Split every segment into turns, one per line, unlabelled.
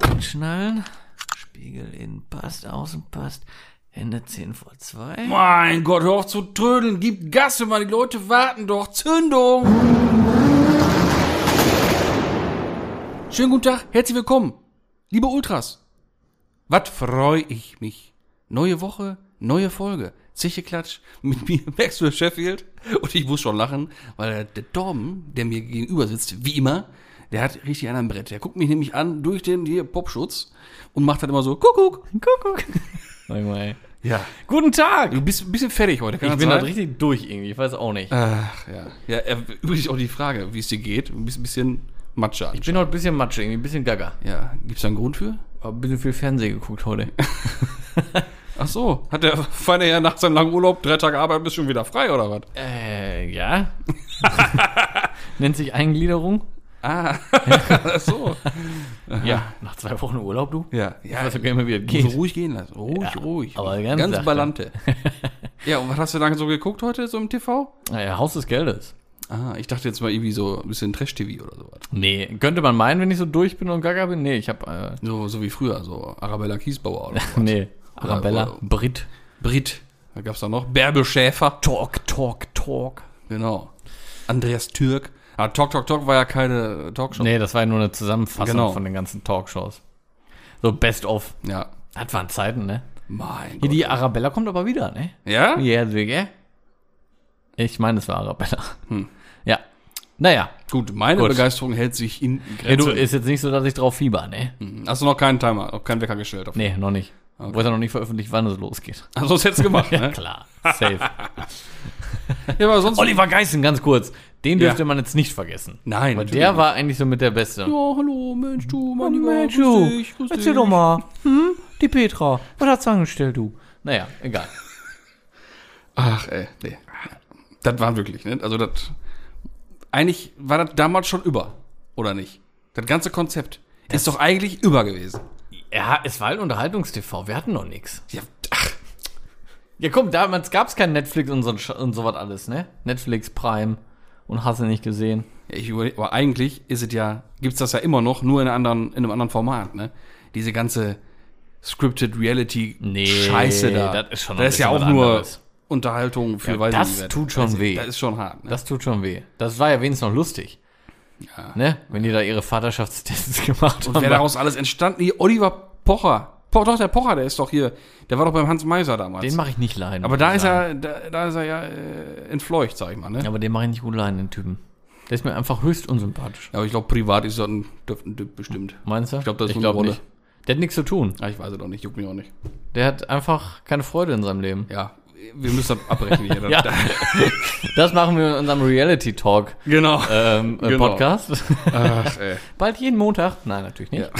Anschnallen. Spiegel innen passt, außen passt. Hände 10 vor 2.
Mein Gott, hör auf zu trödeln, gib Gas, immer die Leute warten doch. Zündung! Schönen guten Tag, herzlich willkommen, liebe Ultras. Wat freu ich mich. Neue Woche, neue Folge. Zeche Klatsch mit mir, Maxwell Sheffield. Und ich muss schon lachen, weil der, der Torben, der mir gegenüber sitzt, wie immer, der hat richtig einen am Brett. Der guckt mich nämlich an durch den hier Popschutz und macht halt immer so, Kuckuck.
Kuckuck.
Sag mal, ey.
Ja.
Guten Tag!
Du bist ein bisschen fertig heute, kann
Ich
das
bin
sein?
halt richtig durch irgendwie, ich weiß auch nicht.
Ach ja. Ja, äh, übrigens auch die Frage, wie es dir geht. Du bist ein bisschen Matsche
Ich
anscheinend.
bin heute ein bisschen matschig, irgendwie ein bisschen gaga.
Ja, gibt's da einen Grund für?
Hab ein bisschen viel Fernsehen geguckt heute.
Ach so, hat der feine Herr nach seinem langen Urlaub drei Tage Arbeit bist schon wieder frei oder was?
äh, ja. Nennt sich Eingliederung?
Ah, ach so.
Ja. Nach zwei Wochen Urlaub, du?
Ja,
Ich
ja.
weiß auch gar nicht mehr, wie das
so
geht.
ruhig gehen lassen. Ruhig,
Ja,
ruhig.
aber ganz sachte.
ballante. ja, und was hast du lange so geguckt heute, so im TV?
Naja, Haus des Geldes.
Ah, ich dachte jetzt mal irgendwie so ein bisschen Trash-TV oder sowas.
Nee, könnte man meinen, wenn ich so durch bin und gaga bin? Nee, ich hab, äh,
So, so wie früher, so Arabella Kiesbauer oder so.
nee. Arabella,
oder-
äh, Brit.
Brit, da gab's da noch. Bärbel Schäfer.
Talk, talk, talk.
Genau. Andreas Türk. Ah, Talk Talk Talk war ja keine Talkshow.
Nee, das war ja nur eine Zusammenfassung
Genau.
von den ganzen Talkshows. So Best of.
Ja.
Das waren Zeiten, ne?
Mein
Hier,
Gott.
die Arabella kommt aber wieder, ne?
ja?
Ja, Digga. Ich meine, es war Arabella. Ja. Naja.
Gut, meine
Gut.
Begeisterung hält sich in
Ja, du,
Grenzen.
ist jetzt nicht so, dass ich drauf fieber, ne?
Hast du noch keinen Timer, auch keinen Wecker gestellt?
Nee, noch nicht. Wurde ja noch nicht veröffentlicht, wann es losgeht.
Also das hättest du gemacht, ne?
Klar. Safe.
ja, aber sonst...
Oliver Geissen, ganz kurz. Den dürfte
Ja.
man jetzt nicht vergessen.
Nein,
Weil
natürlich
der war Oh, eigentlich so mit der Beste.
Ja, hallo, Mensch, du, mein Lieber, grüß dich, grüß dich.
mal. Hm? Die Petra. Was hat's angestellt, du? Naja, egal.
Ach, ey, nee. Das war wirklich, ne? Also das... Eigentlich war das damals schon über, oder nicht? Das ganze Konzept ist doch eigentlich über gewesen.
Ja, es war halt Unterhaltungstv. Wir hatten noch nichts.
Ja,
Ja, komm, damals gab's kein Netflix und so, ein Sch- und so was alles, ne? Netflix, Prime und hast du nicht gesehen.
Ja, Ich überleg, aber eigentlich ist es ja, gibt's das ja immer noch, nur in, einer anderen, in einem anderen Format, ne? Diese ganze scripted reality
Nee,
Scheiße da.
das ist schon
das
ein
ist ja
bisschen
auch
was
nur
anderes.
Unterhaltung für
Ja,
weiß ich
das
nicht was.
tut schon
Also,
weh.
Das ist schon hart, ne?
Das tut schon weh. Das war ja wenigstens noch lustig. Ne? Wenn die da ihre Vaterschaftstests gemacht
Und
haben.
wer daraus alles entstanden, hier Oliver Pocher. Po, doch, der Pocher, der ist doch hier, der war doch beim Hans Meiser damals.
den mache ich nicht leiden.
aber
muss
da
ich
ist
sagen.
er, da, da ist er ja äh, entfleucht, sag ich mal, ne?
Aber den mache ich nicht gut leiden, den Typen. Der ist mir einfach höchst unsympathisch.
Aber ich glaube, privat ist er ein, dürften- dürft- bestimmt.
Meinst du?
Ich glaub, das ist
ich
nur eine
glaub
Rolle.
nicht. Der hat nichts zu tun.
Ah, ich weiß es doch nicht, juckt mich auch nicht.
Der hat einfach keine Freude in seinem Leben.
Ja, wir müssen das abbrechen hier.
Ja. Das machen wir in unserem Reality Talk
genau.
ähm, äh,
Genau.
Podcast.
Ach, ey.
Bald jeden Montag. Nein, natürlich nicht.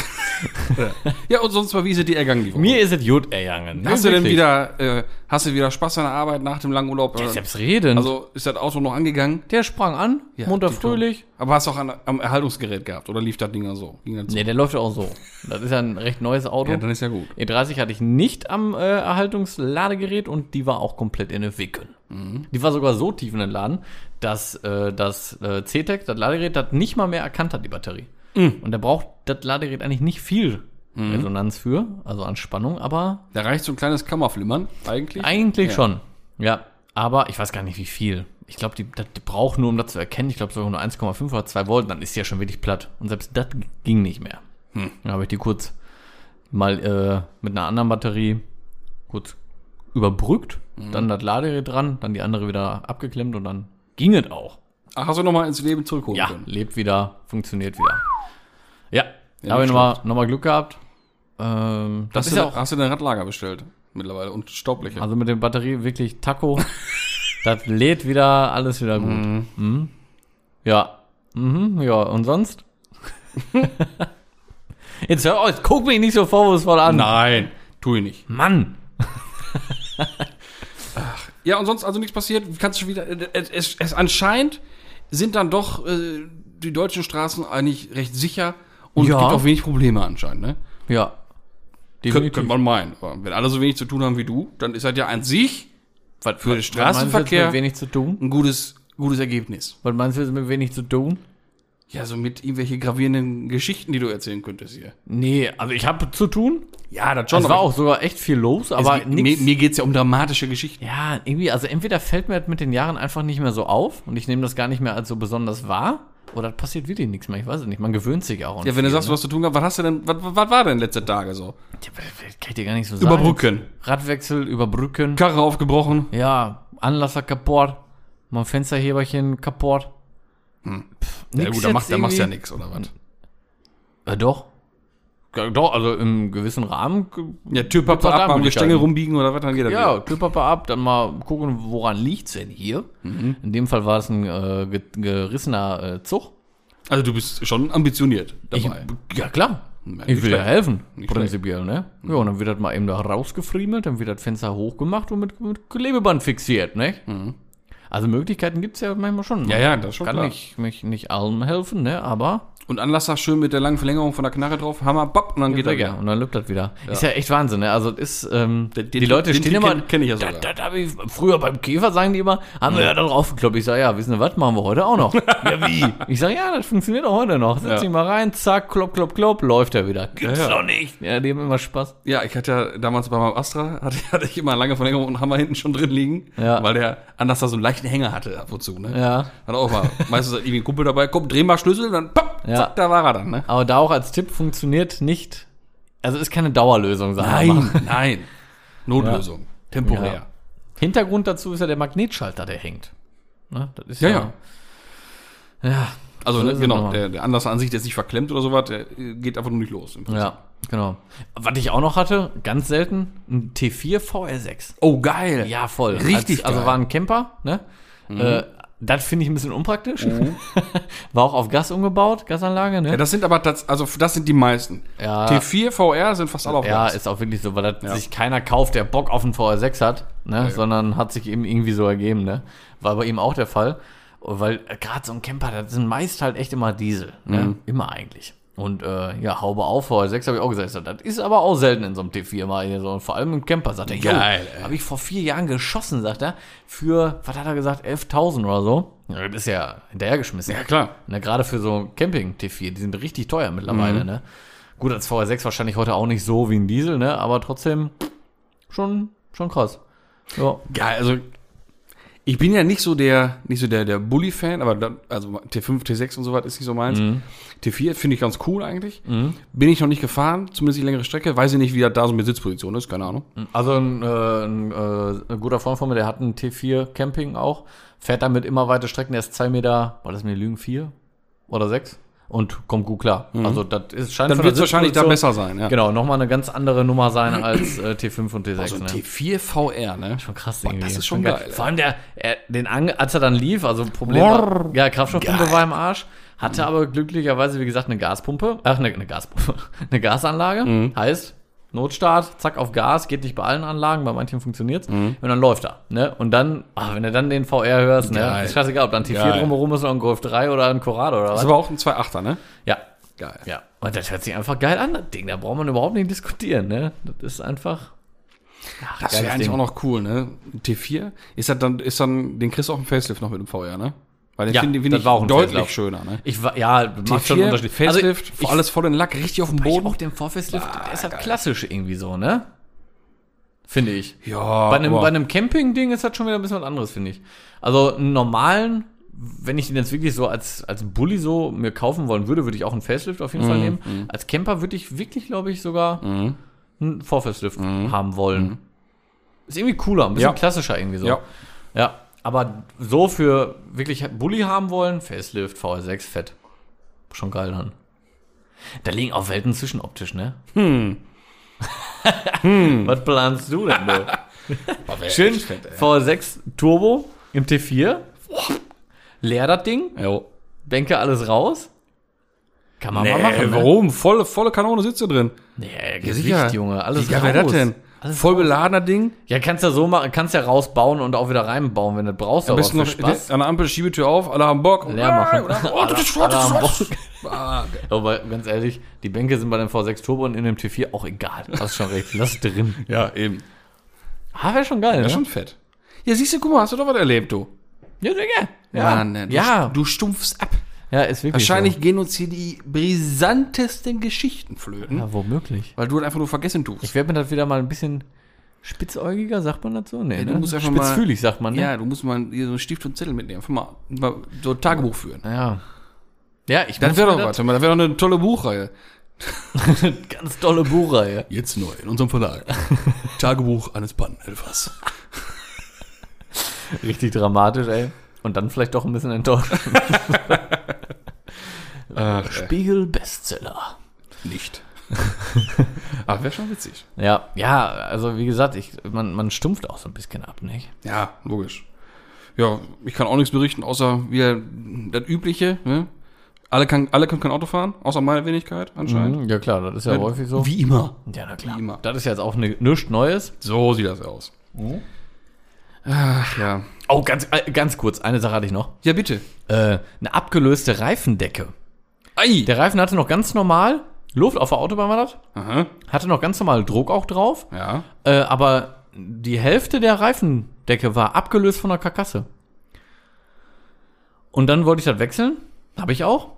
Ja, und sonst mal, wie ist es dir ergangen die Woche?
Mir ist es gut ergangen.
hast
Nee,
du denn
wirklich.
wieder, äh, hast du wieder Spaß an der Arbeit nach dem langen Urlaub? Oder-
Selbstredend.
Hm. also ist das Auto noch angegangen?
der sprang an,
Ja,
munter
Tito.
fröhlich.
Aber hast du auch an, am Erhaltungsgerät gehabt oder lief das Ding dann so? Ging das so?
Nee, der läuft auch so. Das ist ja ein recht neues Auto.
Ja, dann ist ja gut.
E30 hatte ich nicht am äh, Erhaltungsladegerät und die war auch komplett in den Wicken.
Mhm.
Die war sogar so tief in den Laden, dass äh, das äh, C-Tech, das Ladegerät, das nicht mal mehr erkannt hat, die Batterie.
Mhm.
Und da braucht das Ladegerät eigentlich nicht viel Resonanz für, also an Spannung, aber
Da reicht so ein kleines Kammerflimmern eigentlich.
eigentlich
Ja.
schon. Ja, aber ich weiß gar nicht, wie viel. Ich glaube, die, das braucht nur, um das zu erkennen, ich glaube sogar nur 1,5 oder 2 Volt, dann ist die ja schon wirklich platt. Und selbst das ging nicht mehr. Dann habe ich die kurz mal äh, mit einer anderen Batterie kurz überbrückt, dann das Ladegerät dran, dann die andere wieder abgeklemmt und dann ging es auch.
Ach, hast du nochmal ins Leben zurückholen
Ja,
können?
lebt wieder, funktioniert wieder. Ja,
Ja,
da habe ich
nicht
nochmal noch mal Glück gehabt. Ähm, das ist
Hast, du,
ja
auch
auch,
hast du dein Radlager bestellt mittlerweile und Staublöcher?
also mit der Batterie wirklich Taco. das lädt wieder, alles wieder gut. Mhm. Ja, mhm, ja, und sonst? jetzt hör auf, guck mich nicht so vorwurfsvoll an.
Nein, tue ich nicht.
Mann!
Ja, und sonst also nichts passiert. Kannst du wieder. äh, Es, es, es anscheinend sind dann doch äh, die deutschen Straßen eigentlich recht sicher und
Ja.
es gibt auch wenig Probleme anscheinend, ne?
Ja.
Kön
Definitiv.
könnte man meinen. Aber wenn alle so wenig zu tun haben wie du, dann ist das ja an sich
was,
für
was-
den
was
Straßenverkehr-
meinst du jetzt mit wenig zu tun?
ein gutes, gutes Ergebnis.
Was meinst du jetzt mit wenig zu tun?
Ja, so mit irgendwelche gravierenden Geschichten, die du erzählen könntest hier.
Nee, also ich habe zu tun.
Ja, das
Es
schon.
war
aber
auch sogar echt viel los,
ich-
aber
es, mir,
nix.
mir geht es ja um dramatische Geschichten.
Ja, irgendwie, also entweder fällt mir das mit den Jahren einfach nicht mehr so auf und ich nehme das gar nicht mehr als so besonders wahr oder das passiert wirklich nichts mehr. Ich weiß es nicht. Man gewöhnt sich auch. an
Ja, ne? wenn du
viel,
sagst, du hast zu tun gehabt, was hast du denn, was, was war denn letzte Tage so?
Ja, aber das kann ich dir gar nicht so sagen.
Überbrücken.
Radwechsel, überbrücken.
Karre aufgebrochen.
ja, Anlasser kaputt. Mein Fensterheberchen kaputt. Pff,
Hm. Ja
nix
gut, da
jetzt
machst, da machst du ja
irgendwie.
nichts, oder was?
Äh, doch. Ja, doch, also im gewissen Rahmen. ge-
Ja, Türpappe
gibt's auch
ab,
da
am Gestänge
Möglichkeiten.
rumbiegen oder was, dann geht das
Ja,
wieder.
Türpappe ab, dann mal gucken, woran liegt's denn hier.
Mhm.
In dem Fall war es ein äh, ge- gerissener äh, Zug.
Also du bist schon ambitioniert dabei.
Ich, ja, klar.
Na,
ich
nicht
will ja
schlecht. Mhm.
helfen,
Nicht
prinzipiell, ne? Ja, und dann wird das mal eben da rausgefriemelt, dann wird das Fenster hochgemacht und mit, mit Klebeband fixiert, ne? Also Möglichkeiten gibt's ja manchmal schon.
Mhm. ja, ja, das ist schon
Kann
klar.
ich mich nicht allen helfen, ne? Aber
Und Anlasser schön mit der langen Verlängerung von der Knarre drauf, Hammer, bapp, und dann geht er
ja,
wieder.
und dann löppt das wieder. Ist ja echt Wahnsinn, ne? Also es ist, ähm, die
den-
Leute
den
stehen
Trick
immer.
kenn- kenn ich ja
das,
sogar."
das hab ich früher beim Käfer sagen die immer, haben wir ja da draufgekloppt. Ich sage, ja, wissen Sie was, machen wir heute auch noch. ja, wie? Ich sage, ja, das funktioniert auch heute noch. Setz
Ja.
dich mal rein, zack, klopp, klopp, klopp, läuft er wieder. Gibt's
Ja, ja.
doch nicht. Ja, die haben immer Spaß.
Ja, ich hatte ja damals bei meinem Astra, hatte, hatte ich immer eine lange Verlängerung und Hammer hinten schon drin liegen,
Ja.
weil der Anlasser so einen leichten Hänger hatte ab und zu. Ne?
Ja.
Hat auch mal, meistens hat irgendwie ein Kumpel dabei, komm, dreh mal Schlüssel, dann papp,
Ja.
zack, da war er dann. Ne?
Aber da auch als Tipp funktioniert nicht. Also ist keine Dauerlösung, sagen wir mal.
nein. Notlösung, temporär.
Hintergrund dazu ist ja der Magnetschalter, der hängt. Ne? Das ist
Ja, ja.
Ja,
Also
So
ne,
ist es
genau,
nochmal.
der, der Anlasser an sich, der ist nicht verklemmt oder sowas, der äh, geht einfach nur nicht los. Im Prinzip.
ja, genau. Was ich auch noch hatte, ganz selten, ein T4 VR6.
Oh, geil.
Ja, voll.
Richtig
Als, also
geil.
war ein Camper, ne? Äh, das finde ich ein bisschen unpraktisch. War auch auf Gas umgebaut, Gasanlage, ne?
Ja, das sind aber, tats- also das sind die meisten.
Ja.
T4 VR sind fast alle auf
Ja,
Gas.
ist auch wirklich so, weil das sich keiner kauft, der Bock auf einen VR6 hat, ne? sondern hat sich eben irgendwie so ergeben. Ne? War bei ihm auch der Fall, weil gerade so ein Camper, das sind meist halt echt immer Diesel. Ne?
Mhm.
Immer eigentlich. Und äh, ja, Haube auf, VR6 habe ich auch gesagt. ich sag, Das ist aber auch selten in so einem T4 mal. hier So. Und vor allem im Camper, sagt er.
Geil, ey.
Habe ich vor vier Jahren geschossen, sagt er. Für, was hat er gesagt, 11.000 oder so. Ja, das ist ja hinterhergeschmissen.
Ja, klar.
Na, gerade für so Camping-T4, die sind richtig teuer
Mhm.
mittlerweile, ne? Gut, als VR6 wahrscheinlich heute auch nicht so wie ein Diesel, ne? Aber trotzdem schon, schon krass. Ja.
Geil, also ich bin ja nicht so der, nicht so der, der Bully-Fan, aber da, also T5, T6 und so was ist nicht so meins.
Mhm.
T4 finde ich ganz cool eigentlich. Bin ich noch nicht gefahren, zumindest die längere Strecke. Weiß ich nicht, wie das da so mit Sitzposition ist, keine Ahnung.
Also ein, äh, ein, äh, ein guter Freund von mir, der hat einen T4 Camping auch, fährt damit immer weite Strecken, der ist 2 Meter, war das mir Lügen 4 oder 6? Und kommt gut klar. Also das ist scheint
Mhm. Dann
von
wird es
der
wahrscheinlich da
Sitzposition-
besser sein, ja.
Genau, nochmal eine ganz andere Nummer sein als äh, T5 und T6.
Also ein
ne?
T4 VR, ne?
Schon krass
Boah,
irgendwie.
das ist schon geil,
Vor allem der, er, den Ange als er dann lief, also Problem war,
Brrr.
ja, Kraftstoffpumpe
Geil.
war im Arsch, hatte aber glücklicherweise, wie gesagt, eine Gaspumpe, ach, ne, eine, eine Gaspumpe, eine Gasanlage,
Mhm.
heißt Notstart, zack auf Gas, geht nicht bei allen Anlagen, bei manchen funktioniert's
Mhm.
und dann läuft er, ne? Und dann, ah, wenn du dann den VR hörst, ne?
Geil.
Ist scheißegal, ob dann T4
Geil.
drumherum ist oder ein Golf 3 oder ein Corrado oder
Das
was.
ist aber auch ein 2.8er, ne?
Ja.
Geil.
Ja. Und das hört sich einfach geil an, das Ding, da braucht man überhaupt nicht diskutieren, ne? Das ist einfach, ach,
Das
geiles
wäre eigentlich
Ding.
auch noch cool, ne? Ein T4 ist das dann, ist dann, den kriegst du auch im Facelift noch mit dem VR, ne? Weil den
Ja,
finde
das
ich
war auch ein
deutlich
Facelift.
schöner, ne?
Ich war, ja, macht schon einen
T4,
Unterschied.
Facelift,
also,
vor alles voll in Lack, richtig auf dem
ich, ich
Boden. Ah,
auch den Vorfestlift, der ist halt klassisch irgendwie so, ne? Finde ich.
Ja,
Bei einem,
aber-
bei einem Camping-Ding ist das schon wieder ein bisschen was anderes, finde ich. Also einen normalen, wenn ich den jetzt wirklich so als, als Bulli so mir kaufen wollen würde, würde ich auch einen Facelift auf jeden
Mhm,
Fall nehmen. Als Camper würde ich wirklich, glaube ich, sogar einen Vorfestlift haben wollen. Ist irgendwie cooler, ein bisschen
Mhm. Ja.
klassischer irgendwie so.
Ja.
ja. Aber so für wirklich Bulli haben wollen, Facelift, VR6, fett. Schon geil dann. Da liegen auch Welten zwischen optisch, ne? Hm. Was planst du denn, du? Schön V6 Turbo im T4. Leer das Ding,
Jo.
Bänke alles raus. Kann man mal machen.
Nee,
ne?
warum? Volle, volle Kanone sitzt du drin.
Nee, Gewicht, Junge,
Alles
alles
Wie geil wäre das denn?
Alles
Voll beladener Ding.
Ja, kannst ja so machen, kannst ja rausbauen und auch wieder reinbauen, wenn du brauchst.
Am besten noch
Spaß.
an der Ampel Schiebetür auf, alle haben Bock.
Leer machen.
Oh, du bist
Alle- alle haben
Schrott. Ah, geil.
Aber ganz ehrlich, die Bänke sind bei dem V6 Turbo und in dem T4 auch egal. Hast schon recht, lass drin.
Ja, eben.
Ah, wäre schon geil,
Ja,
ne?
schon fett. Ja, siehst du, guck mal, hast du doch was erlebt, du.
Ja, ne, Digga.
Mann, ey, du,
ja.
du stumpfst ab.
Ja, ist wirklich
Wahrscheinlich
So.
gehen uns hier die brisantesten Geschichten flöten,
Ja, womöglich.
weil du halt einfach nur vergessen tust.
Ich werde mir das wieder mal ein bisschen spitzäugiger, sagt man dazu? Nee,
Ja,
ne? Spitzfühlig, sagt man, ne?
Ja, du musst mal hier so einen Stift und Zettel mitnehmen. Einfach mal, mal so ein Tagebuch führen.
Ja. Ja, ich
Das
muss
wäre
mir
doch was. Das wäre doch eine tolle Buchreihe.
das- Ganz tolle Buchreihe.
Jetzt neu in unserem Verlag. Tagebuch eines Bandenhelfers.
Richtig dramatisch, ey. Und dann vielleicht doch ein bisschen enttäuscht. Spiegel Bestseller.
Äh, Nicht. Aber wäre schon witzig.
Ja, ja, also wie gesagt, ich, man, man stumpft auch so ein bisschen ab, nicht?
Ja, logisch. Ja, ich kann auch nichts berichten, außer wieder das Übliche. Ne? Alle, kann, alle können kein Auto fahren, außer meine Wenigkeit anscheinend.
Mhm, Ja klar, das ist ja häufig so.
Wie immer.
Ja, na klar.
Wie immer.
Das ist jetzt auch ne, nichts Neues.
So sieht das aus. Ach ja.
Oh, ganz, äh, ganz kurz, eine Sache hatte ich noch.
Ja, bitte.
Äh, eine abgelöste Reifendecke.
Ei!
Der Reifen hatte noch ganz normal, Luft auf der Autobahn war das,
Aha.
hatte noch ganz normal Druck auch drauf,
Ja.
äh, aber die Hälfte der Reifendecke war abgelöst von der Karkasse. Und dann wollte ich das wechseln, habe ich auch,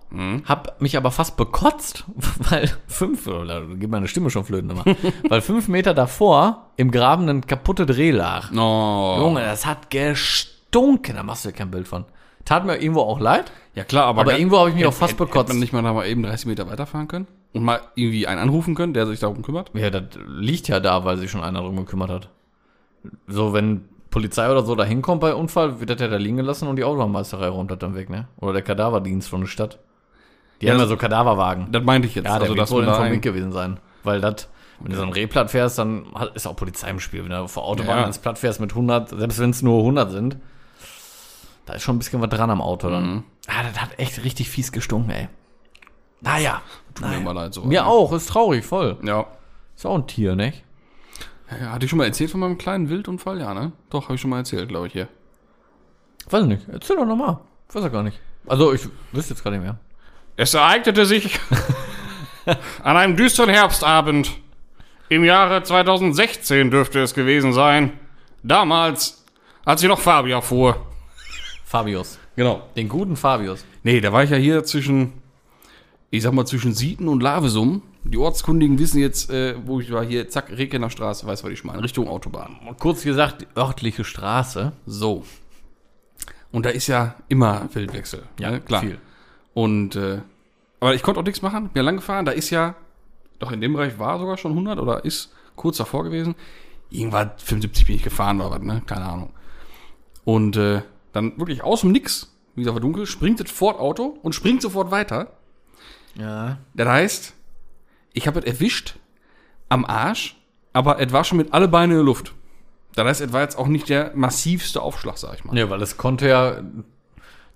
hab mich aber fast bekotzt, weil fünf, oder geht meine Stimme schon flöten immer, weil fünf Meter davor im Graben ein kaputte Dreh lag.
No.
Junge, das hat gestunken, da machst du dir kein Bild von. Tat mir irgendwo auch leid,
Ja klar, aber,
aber irgendwo habe ich mich auch fast
hätte
bekotzt.
man nicht mal da mal eben 30 Meter weiterfahren können und mal irgendwie einen anrufen können, der sich darum kümmert.
Ja, das liegt ja da, weil sich schon einer drum gekümmert hat. So, wenn Polizei oder so da hinkommt bei Unfall, wird das ja da liegen gelassen und die Autobahnmeisterei räumt das dann weg, ne? Oder der Kadaverdienst von der Stadt. Die haben ja so Kadaverwagen.
Also Das meinte ich jetzt.
Ja, der wird
dass
wohl
man da
informiert
ein-
gewesen sein. Weil das, wenn du so einen Rehplatt fährst, dann hat- ist auch Polizei im Spiel. Wenn du vor Autobahn
Ja.
ans Platt fährst mit 100, selbst wenn es nur 100 sind, da ist schon ein bisschen was dran am Auto dann.
Mhm.
Ah, das hat echt richtig fies gestunken, ey. Naja.
tut mir immer leid halt so.
Mir auch, ist traurig, voll.
Ja.
Ist auch ein Tier, nicht?
ja. Äh, Hatte ich schon mal erzählt von meinem kleinen Wildunfall? Ja, ne? Doch, habe ich schon mal erzählt, glaube ich, hier.
Weiß nicht. Erzähl doch nochmal. Weiß ja gar nicht. Also, ich wüsste jetzt gar nicht mehr.
Es ereignete sich an einem düsteren Herbstabend. Im Jahre 2016 dürfte es gewesen sein. Damals, als ich noch Fabia fuhr.
Fabius.
Genau.
Den guten Fabius.
Nee, da war ich ja hier zwischen, ich sag mal, zwischen Sieten und Lavesum. Die Ortskundigen wissen jetzt, äh, wo ich war, hier, zack, Rekener Straße, weiß, was ich meine, Richtung Autobahn.
Kurz gesagt, die örtliche Straße.
So. Und da ist ja immer Wildwechsel. ne? klar.
Viel.
Und, äh, aber ich konnte auch nichts machen, bin lang gefahren, da ist ja, doch in dem Bereich war sogar schon 100 oder ist kurz davor gewesen. Irgendwas 75 bin ich gefahren oder was, ne? Keine Ahnung. Und äh, dann wirklich aus dem Nix, wie gesagt, war dunkel, springt sofort Auto und springt sofort weiter.
Ja.
Das heißt, ich habe es erwischt am Arsch, aber es war schon mit alle Beine in der Luft. Das heißt, es war jetzt auch nicht der massivste Aufschlag, sag ich mal.
Ja, weil es konnte ja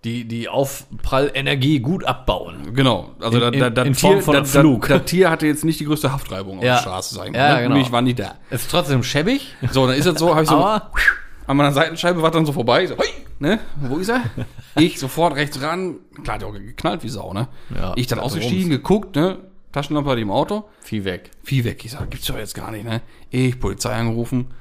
die, die Aufprallenergie gut abbauen.
Genau, also
In-
da, da, da
in Form von
da,
einem
da,
Flug.
Das Tier hatte jetzt nicht die größte Haftreibung auf
Ja.
der Straße, sagen
Ja, genau.
Ich ne? war nicht da.
Ist trotzdem schäbig,
So, dann ist das so, habe ich so
aber
an meiner Seitenscheibe war dann so vorbei. Ich So, hoi, ne? Wo ist er? ich sofort rechts ran. Klar, der hat auch geknallt wie Sau, ne?
Ja,
ich dann
da
ausgestiegen, geguckt, ne? Taschenlampe hatte ich im Auto.
viel weg.
Vieh weg. Ich sage, gibt's doch jetzt gar nicht, ne? Ich, Polizei angerufen.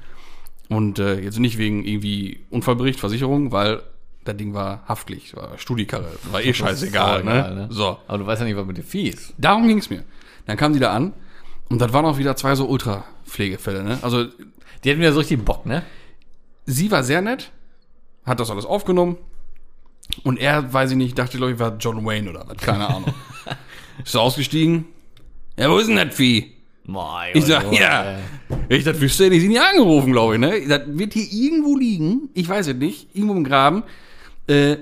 Und äh, jetzt nicht wegen irgendwie Unfallbericht, Versicherung, weil das Ding war haftlich, war Studiekarre, war eh scheißegal,
Ist auch egal,
ne? So,
Aber du weißt ja nicht, was mit dir fies.
darum ging's mir. Dann kamen die da an und das waren auch wieder zwei so Ultra-Pflegefälle, ne? Also
Die hätten ja so richtig Bock, ne?
sie war sehr nett, hat das alles aufgenommen. Und er, weiß ich nicht, dachte, glaube ich, war John Wayne oder was, keine Ahnung. Ist ausgestiegen. Ja, wo ist denn das Vieh?
Boah,
Ich sag, ja. Ich das wüsste, hätte ich sie nicht angerufen, glaube ich, ne? Das wird hier irgendwo liegen, ich weiß es nicht, irgendwo im Graben. Äh,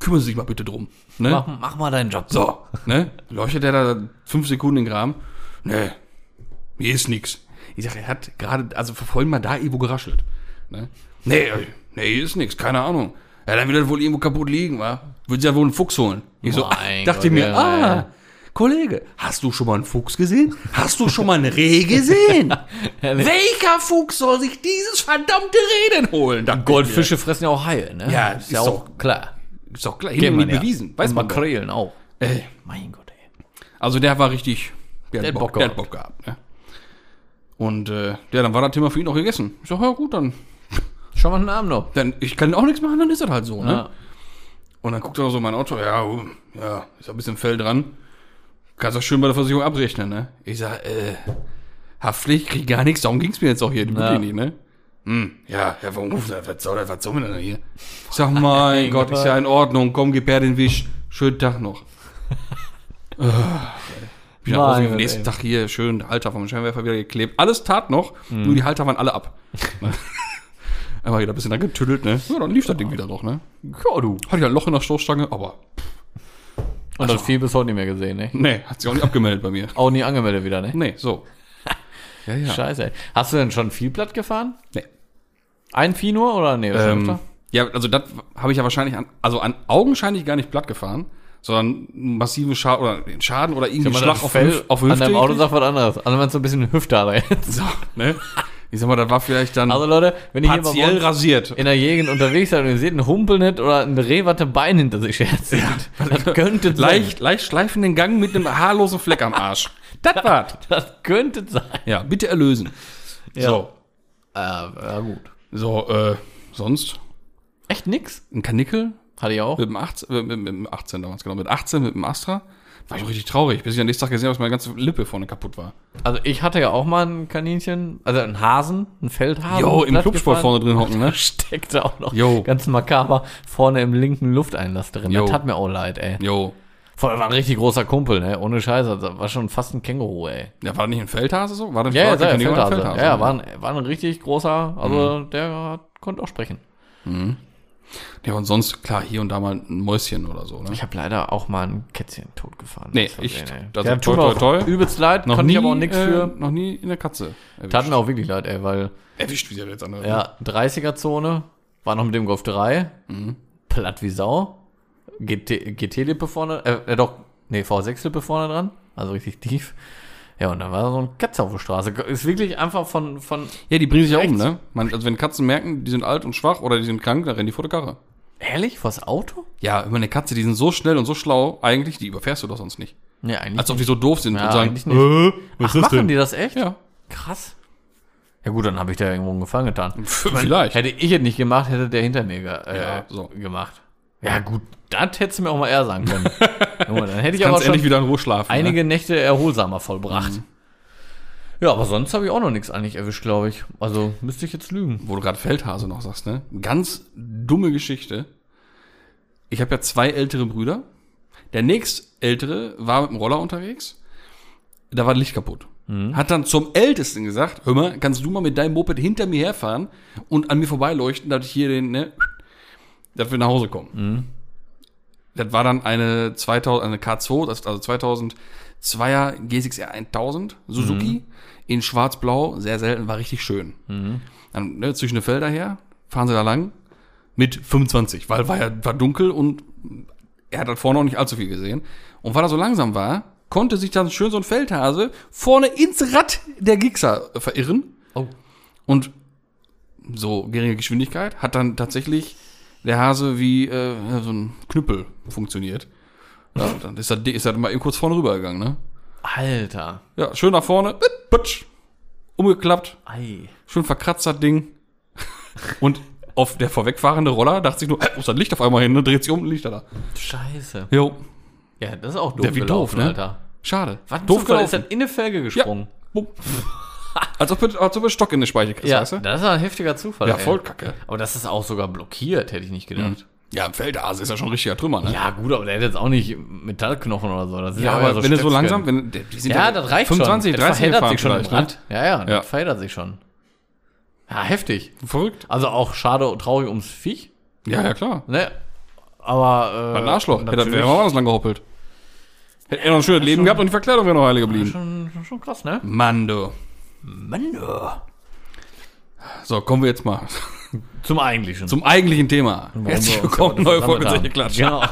kümmern Sie sich mal bitte drum. Ne?
Mach, mach mal deinen Job.
So, ne? Leuchtet der da fünf Sekunden in den Graben? Ne, mir ist nix. Ich sag, er hat gerade, also vor vorhin mal da irgendwo geraschelt. Ne? Nee, äh, nee, hier ist nix, keine Ahnung. Ja, dann wird das wohl irgendwo kaputt liegen, wa? Würde sie ja wohl einen Fuchs holen. Ich so,
Mein
dachte
Gott,
mir,
ja,
ah,
ja.
Kollege, hast du schon mal einen Fuchs gesehen? Hast du schon mal einen Reh gesehen? Welcher Fuchs soll sich dieses verdammte Reh denn holen? Dachte ich mir.
Goldfische fressen ja auch Haie, ne?
Ja,
ist ja
ist
auch klar.
Ist doch klar,
Kennt
hinten
man ja.
bewiesen. Weiß
Und
man. doch.
Makrelen auch.
Ey,
Mein Gott, ey.
Also der war richtig, der,
Der
hat
hat
Bock,
Bock
der hat Bock gehabt. Ne? Und äh, ja, dann war das Thema für ihn auch gegessen. Ich sag, ja gut, dann,
Schau mal den Namen noch. Hm?
dann ich kann auch nichts machen, dann ist das halt so. Ne?
Ja.
Und dann guckt er so mein Auto, ja, hm, ja, ist ein bisschen Fell dran. Kannst auch schön bei der Versicherung abrechnen, ne? Ich sag, äh, Haftpflicht, krieg gar nichts, darum ging's mir jetzt auch hier, die
Ja.
ja. nicht, ne? Hm, ja, Herr von Ruf, was soll das, was soll denn da hier? Ich sag, mein Gott, ist ja in Ordnung, komm, gib her den Wisch, schönen Tag noch. Ah, Bin nach Hause,
Mein
am
Gott,
nächsten
ey.
Tag hier schön Halter vom Scheinwerfer wieder geklebt. Alles tat noch,
Mhm.
nur die Halter waren alle ab. Einmal wieder ein bisschen angetüttelt, ne? Ja, dann lief das Ding wieder doch, ne?
Ja, du.
Hatte ja ein Loch in der Stoßstange, aber
Und
Also
das viel bis heute nicht mehr gesehen, ne?
nee, hat sich auch nicht abgemeldet bei mir.
Auch nie angemeldet wieder, ne?
Nee, so. Ja, ja.
Scheiße, ey. Hast du denn schon viel platt gefahren?
Nee.
Ein Vieh nur oder nee? schon
Ähm,
öfter?
ja, also das habe ich ja wahrscheinlich an, also an augenscheinlich gar nicht platt gefahren, sondern einen massiven Schaden oder einen Schaden oder irgendwie
Wenn man
Schlag
das
auf,
Fell
Hüft- auf
An deinem Auto
gekriegt.
sagt was anderes. Also meinst du ein bisschen Hüfte hat er jetzt.
So, ne? Ich sag mal, das war vielleicht dann
Also Leute, wenn ihr hier mal
partiell
bei uns
rasiert.
in der Gegend unterwegs seid und ihr seht einen Humpelnet oder ein Reh, was ein Bein hinter sich herz das könnte
Leicht, leicht schleifenden Gang mit einem haarlosen Fleck am Arsch. Das war's.
sein. Das könnte sein. Äh,
Ja, bitte erlösen. So,
ja gut.
so, äh, sonst
Echt nix?
ein Kanickel
Hatte ich auch.
mit dem 18, äh, mit, mit dem 18 damals, genau, mit 18, mit dem Astra. War ich auch richtig traurig, bis ich am nächsten Tag gesehen habe, dass meine ganze Lippe vorne kaputt war.
Also ich hatte ja auch mal ein Kaninchen, also einen Hasen, einen Feldhasen.
Jo, im
platt
Clubsport
gefahren.
vorne drin hocken, ne?
Steckte auch noch
Jo.
ganz makaber vorne im linken Lufteinlass drin.
Jo.
Das tat mir auch leid, ey.
Jo.
Vorher war ein richtig großer Kumpel, ne? Ohne Scheiße. Das war schon fast ein Känguru, ey.
Ja, war das nicht ein Feldhase so? War das
Ja, ja,
war
ja,
kein Kanickel, war ein
Feldhase. Ja, ja,
ne?
war ein, war ein richtig großer, also
Mhm.
der hat- konnte auch sprechen.
ja, und sonst, klar, hier und da mal ein Mäuschen oder so, ne?
Ich habe leider auch mal ein Kätzchen totgefahren.
Nee,
Aus Versehen,
ich-
ey.
also
ja,
toi,
tut mir auch
toi, toi.
übelst leid, konnte ich aber auch nichts
äh,
für.
Noch nie in der Katze. Erwischt,
Tat mir auch wirklich leid, ey, weil
erwischt wie sie jetzt andere. ne?
ja, 30er-Zone, war noch mit dem Golf 3,
Mhm.
platt wie Sau, GT GT-Lippe vorne, äh, äh doch, nee, V6-Lippe vorne dran, also richtig tief. Ja, und dann war so ein Katze auf der Straße. Ist wirklich einfach von, von
Ja, die bringen sich ja um,
Rechts.
ne? Man, also wenn Katzen merken, die sind alt und schwach oder die sind krank, dann rennen die vor der Karre.
ehrlich, vors Auto?
Ja, immer eine Katze, die sind so schnell und so schlau, eigentlich, die überfährst du doch sonst nicht.
Nee, eigentlich
Als ob die so doof sind und Also, sagen, äh,
eigentlich nicht. Ach,
Ah,
machen die das echt?
Ja,
Krass. Ja gut, dann habe ich da irgendwo einen Gefallen getan.
vielleicht.
Hätte ich es nicht gemacht, hätte der hinter mir ge äh,
Ja, so.
gemacht. Ja gut, das hättest du mir auch mal eher sagen können. Junge, dann hätte ich aber
Kannst
schon
endlich wieder in Ruhe schlafen. ne?
einige Nächte erholsamer vollbracht. Ja, aber sonst habe ich auch noch nichts eigentlich erwischt, glaube ich. Also müsste ich jetzt lügen.
ne? Wo du gerade Feldhase noch sagst, ne? Ganz dumme Geschichte. Ich habe ja zwei ältere Brüder. Der nächstältere war mit dem Roller unterwegs. Da war das Licht kaputt. Hat dann zum Ältesten gesagt, hör mal, kannst du mal mit deinem Moped hinter mir herfahren und an mir vorbeileuchten, dass ich hier den, ne, dass wir nach Hause kommen. Das war dann eine 2000, eine K2, das- also 2002er GSX-R 1000 Suzuki in schwarz-blau, sehr selten, war richtig schön. Dann ne, zwischen den Felder her, fahren sie da lang mit 25, weil war ja war dunkel und er hat da vorne noch nicht allzu viel gesehen. Und weil er so langsam war, konnte sich dann schön so ein Feldhase vorne ins Rad der Gixer verirren
Oh.
und so geringe Geschwindigkeit hat dann tatsächlich der Hase wie äh, ja, so ein Knüppel funktioniert. Ja, und dann ist er, ist er mal eben kurz vorne rübergegangen, ne?
Alter.
Ja, schön nach vorne, putsch, umgeklappt,
Ei.
schön verkratzt das Ding. Und auf der vorwegfahrende Roller dachte sich nur, äh, wo ist das Licht auf einmal hin? Ne? Dreht sich um, Licht da.
Scheiße.
Jo,
Ja, das ist auch doof
Ja, wie doof,
gelaufen,
ne?
Alter.
schade.
Was ein
Doof
Zufall ist
gelaufen.
dann in eine Felge gesprungen.
Bumm. als, ob, als ob ein Stock in den Speicher kriegst,
Ja,
weißt du?
das ist ein heftiger Zufall.
Ja,
ey.
voll kacke.
Aber das ist auch sogar blockiert, hätte ich nicht gedacht.
Ja, im Feldhase ist ja schon ein richtiger Trümmer, ne?
Ja, gut, aber der hat jetzt auch nicht Metallknochen oder so. Das ist
Ja, aber wenn du so
Stöpschen.
langsam, wenn die sind
Ja, das reicht
25,
schon.
30
das verheddert
gefahren
sich schon im
vielleicht, ne?
Rad. Ja, ja, das
Ja.
verheddert sich schon. Ja, heftig.
Verrückt.
Also auch schade und traurig ums Viech,
Ja, ja, klar.
ne? Aber. Äh,
Ein Arschloch. Hätte er
Natürlich,
wäre auch anders lang gehoppelt. Hätte er noch ein schönes Leben gehabt und die Verkleidung wäre noch heile geblieben.
schon, schon krass, ne?
Mann, du.
Mann, äh.
So, kommen wir jetzt mal
Zum Eigentlichen.
zum eigentlichen Thema.
Warum
Herzlich
wir uns
willkommen,
ja
neue
versammelt
Folge
haben.
Zeche Klatsch.
Genau.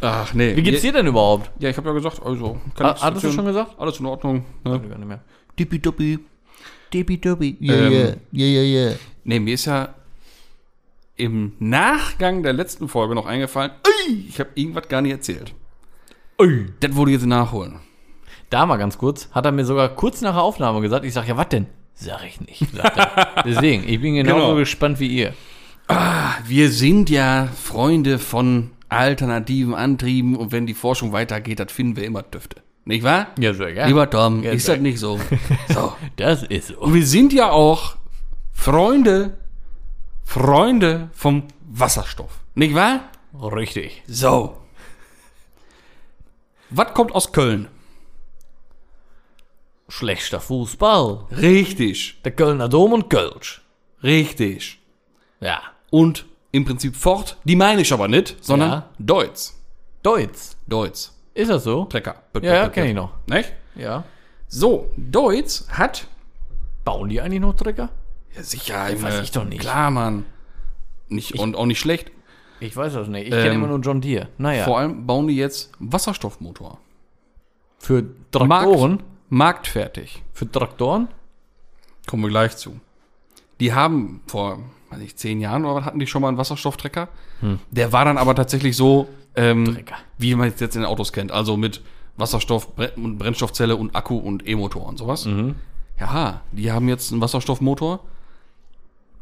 Ach, nee.
Wie geht's dir denn überhaupt?
Ja, ich habe ja gesagt, also, kann
Ha- Hattest
nichts
du
erzählen.
schon gesagt?
Alles in Ordnung. Ne?
Gar nicht mehr.
Dippidoppi. Dippidoppi. Ja,
Ähm.
ja, ja, ja, ja.
Nee, mir ist ja im Nachgang der letzten Folge noch eingefallen, ui, ich habe irgendwas gar nicht erzählt.
Ui.
Das wurde jetzt nachholen.
Da mal ganz kurz, hat er mir sogar kurz nach der Aufnahme gesagt, ich sag, ja, was denn? Sag ich nicht. sagt er. Deswegen, ich bin genauso
Genau.
gespannt wie ihr.
Wir sind ja Freunde von alternativen Antrieben und wenn die Forschung weitergeht, das finden wir immer Düfte. Nicht wahr?
Ja, sehr gerne.
Lieber Tom, ist
sehr.
das nicht so? So.
Das ist so.
Und wir sind ja auch Freunde, Freunde vom Wasserstoff. Nicht wahr?
Richtig.
So. Was kommt aus Köln?
Schlechter Fußball.
Richtig,
Der Kölner Dom und Kölsch.
richtig.
Ja.
Und im Prinzip fort, die meine ich aber nicht, sondern
Ja.
Deutz.
Deutz.
Deutz.
Ist das so?
Trecker.
Ja, ja, kenn ich noch.
Nicht?
Ja.
So, Deutz hat.
Bauen die eigentlich noch Trecker?
Ja, sicher, Junge.
weiß ich doch nicht.
äh, Klar, Mann. Nicht, und auch nicht schlecht.
Ich weiß das nicht. Ich
Ähm,
kenne immer nur John Deere. Naja.
Vor allem bauen die jetzt einen Wasserstoffmotor.
für Traktoren?
marktfertig.
Für Traktoren?
Kommen wir gleich zu. Die haben vor, weiß ich, zehn Jahren oder was, hatten die schon mal einen Wasserstofftrecker. Der war dann aber tatsächlich so, ähm,
Hm. Trecker.
wie man es jetzt in den Autos kennt. Also mit Wasserstoff Bre- und Brennstoffzelle und Akku und E-Motor und sowas.
Mhm.
Ja, die haben jetzt einen Wasserstoffmotor,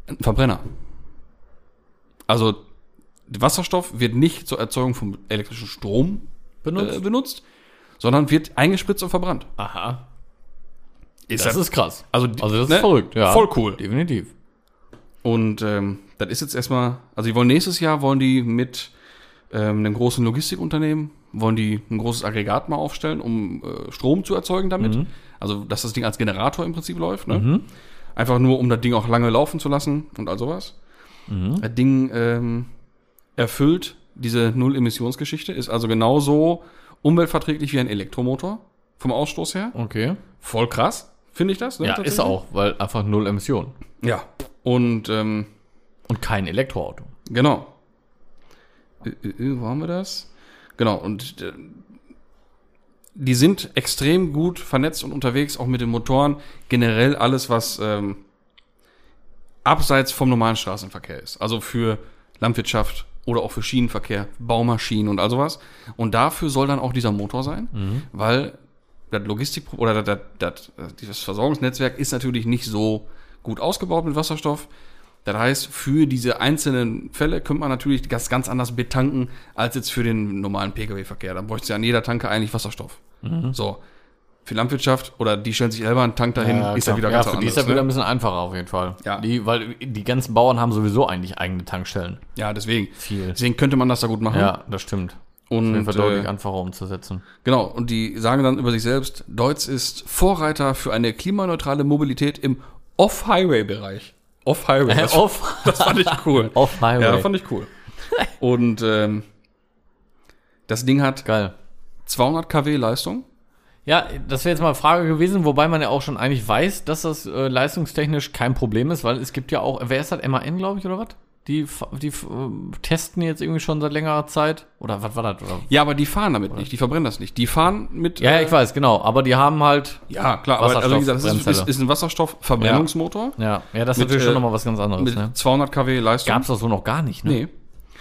einen Verbrenner. Also Wasserstoff wird nicht zur Erzeugung von elektrischem Strom benutzt, äh,
Ähm,
benutzt sondern wird eingespritzt und verbrannt.
Aha.
Ist
Das ist krass.
also, die-
Also das ist
ne?
verrückt, ja.
Voll cool.
Definitiv.
Und ähm, das ist jetzt erstmal, also die wollen nächstes Jahr, wollen die mit ähm, einem großen Logistikunternehmen, wollen die ein großes Aggregat mal aufstellen, um äh, Strom zu erzeugen damit.
Mhm.
Also, dass das Ding als Generator im Prinzip läuft. Ne? Einfach nur, um das Ding auch lange laufen zu lassen und all sowas.
Mhm.
Das Ding ähm, erfüllt diese Null-Emissionsgeschichte, ist also genauso umweltverträglich wie ein Elektromotor vom Ausstoß her.
Okay.
Voll krass, finde ich das. ne,
Ja, ist
tatsächlich.
auch, weil einfach null Emissionen.
Ja. Und ähm,
Und kein Elektroauto.
Genau. Äh, äh, Wo haben wir das? Genau, und äh, die sind extrem gut vernetzt und unterwegs, auch mit den Motoren. Generell alles, was ähm, abseits vom normalen Straßenverkehr ist. Also für Landwirtschaft oder auch für Schienenverkehr, Baumaschinen und all sowas. Und dafür soll dann auch dieser Motor sein,
Mhm.
weil das Logistik oder das, das, das, dieses Versorgungsnetzwerk ist natürlich nicht so gut ausgebaut mit Wasserstoff. Das heißt, für diese einzelnen Fälle könnte man natürlich das ganz anders betanken als jetzt für den normalen Pkw-Verkehr. Dann bräuchte ja an jeder Tanke eigentlich Wasserstoff.
Mhm.
So. Für Landwirtschaft oder die stellen sich selber einen Tank dahin, ist ja wieder
ja,
ganz
für
anders.
die ist das wieder
ne?
ein bisschen einfacher auf jeden Fall.
Ja.
Die, weil die ganzen Bauern haben sowieso eigentlich eigene Tankstellen.
Ja, deswegen.
Viel.
Deswegen könnte man das da gut machen.
Ja, das stimmt.
und
Auf jeden Fall deutlich
äh,
einfacher umzusetzen.
genau. Und die sagen dann über sich selbst: Deutz ist Vorreiter für eine klimaneutrale Mobilität im Off-Highway-Bereich. Off-Highway. das-
Off,
Das fand ich cool.
off Highway.
ja, fand ich cool. Und ähm, das Ding hat
Geil.
200 kW Leistung.
Ja, das wäre jetzt mal eine Frage gewesen, wobei man ja auch schon eigentlich weiß, dass das äh, leistungstechnisch kein Problem ist, weil es gibt ja auch, wer ist das, MAN, glaube ich, oder was? Die, f- die f- äh, testen jetzt irgendwie schon seit längerer Zeit. Oder was war das? Oder?
Ja, aber die fahren damit nicht. Die verbrennen das nicht. Die fahren mit.
Ja,
äh,
ich weiß, genau. Aber die haben halt.
Ja, klar. Aber also, wie gesagt, das ist,
Wasserstoff-Bremszeile.
ist, ist ein Wasserstoff-Verbrennungsmotor
Ja, ja das ist
Mit,
natürlich
äh,
schon nochmal was ganz anderes.
mit
Ne?
200 kW Leistung.
Gab es das so noch gar nicht, ne?
Nee.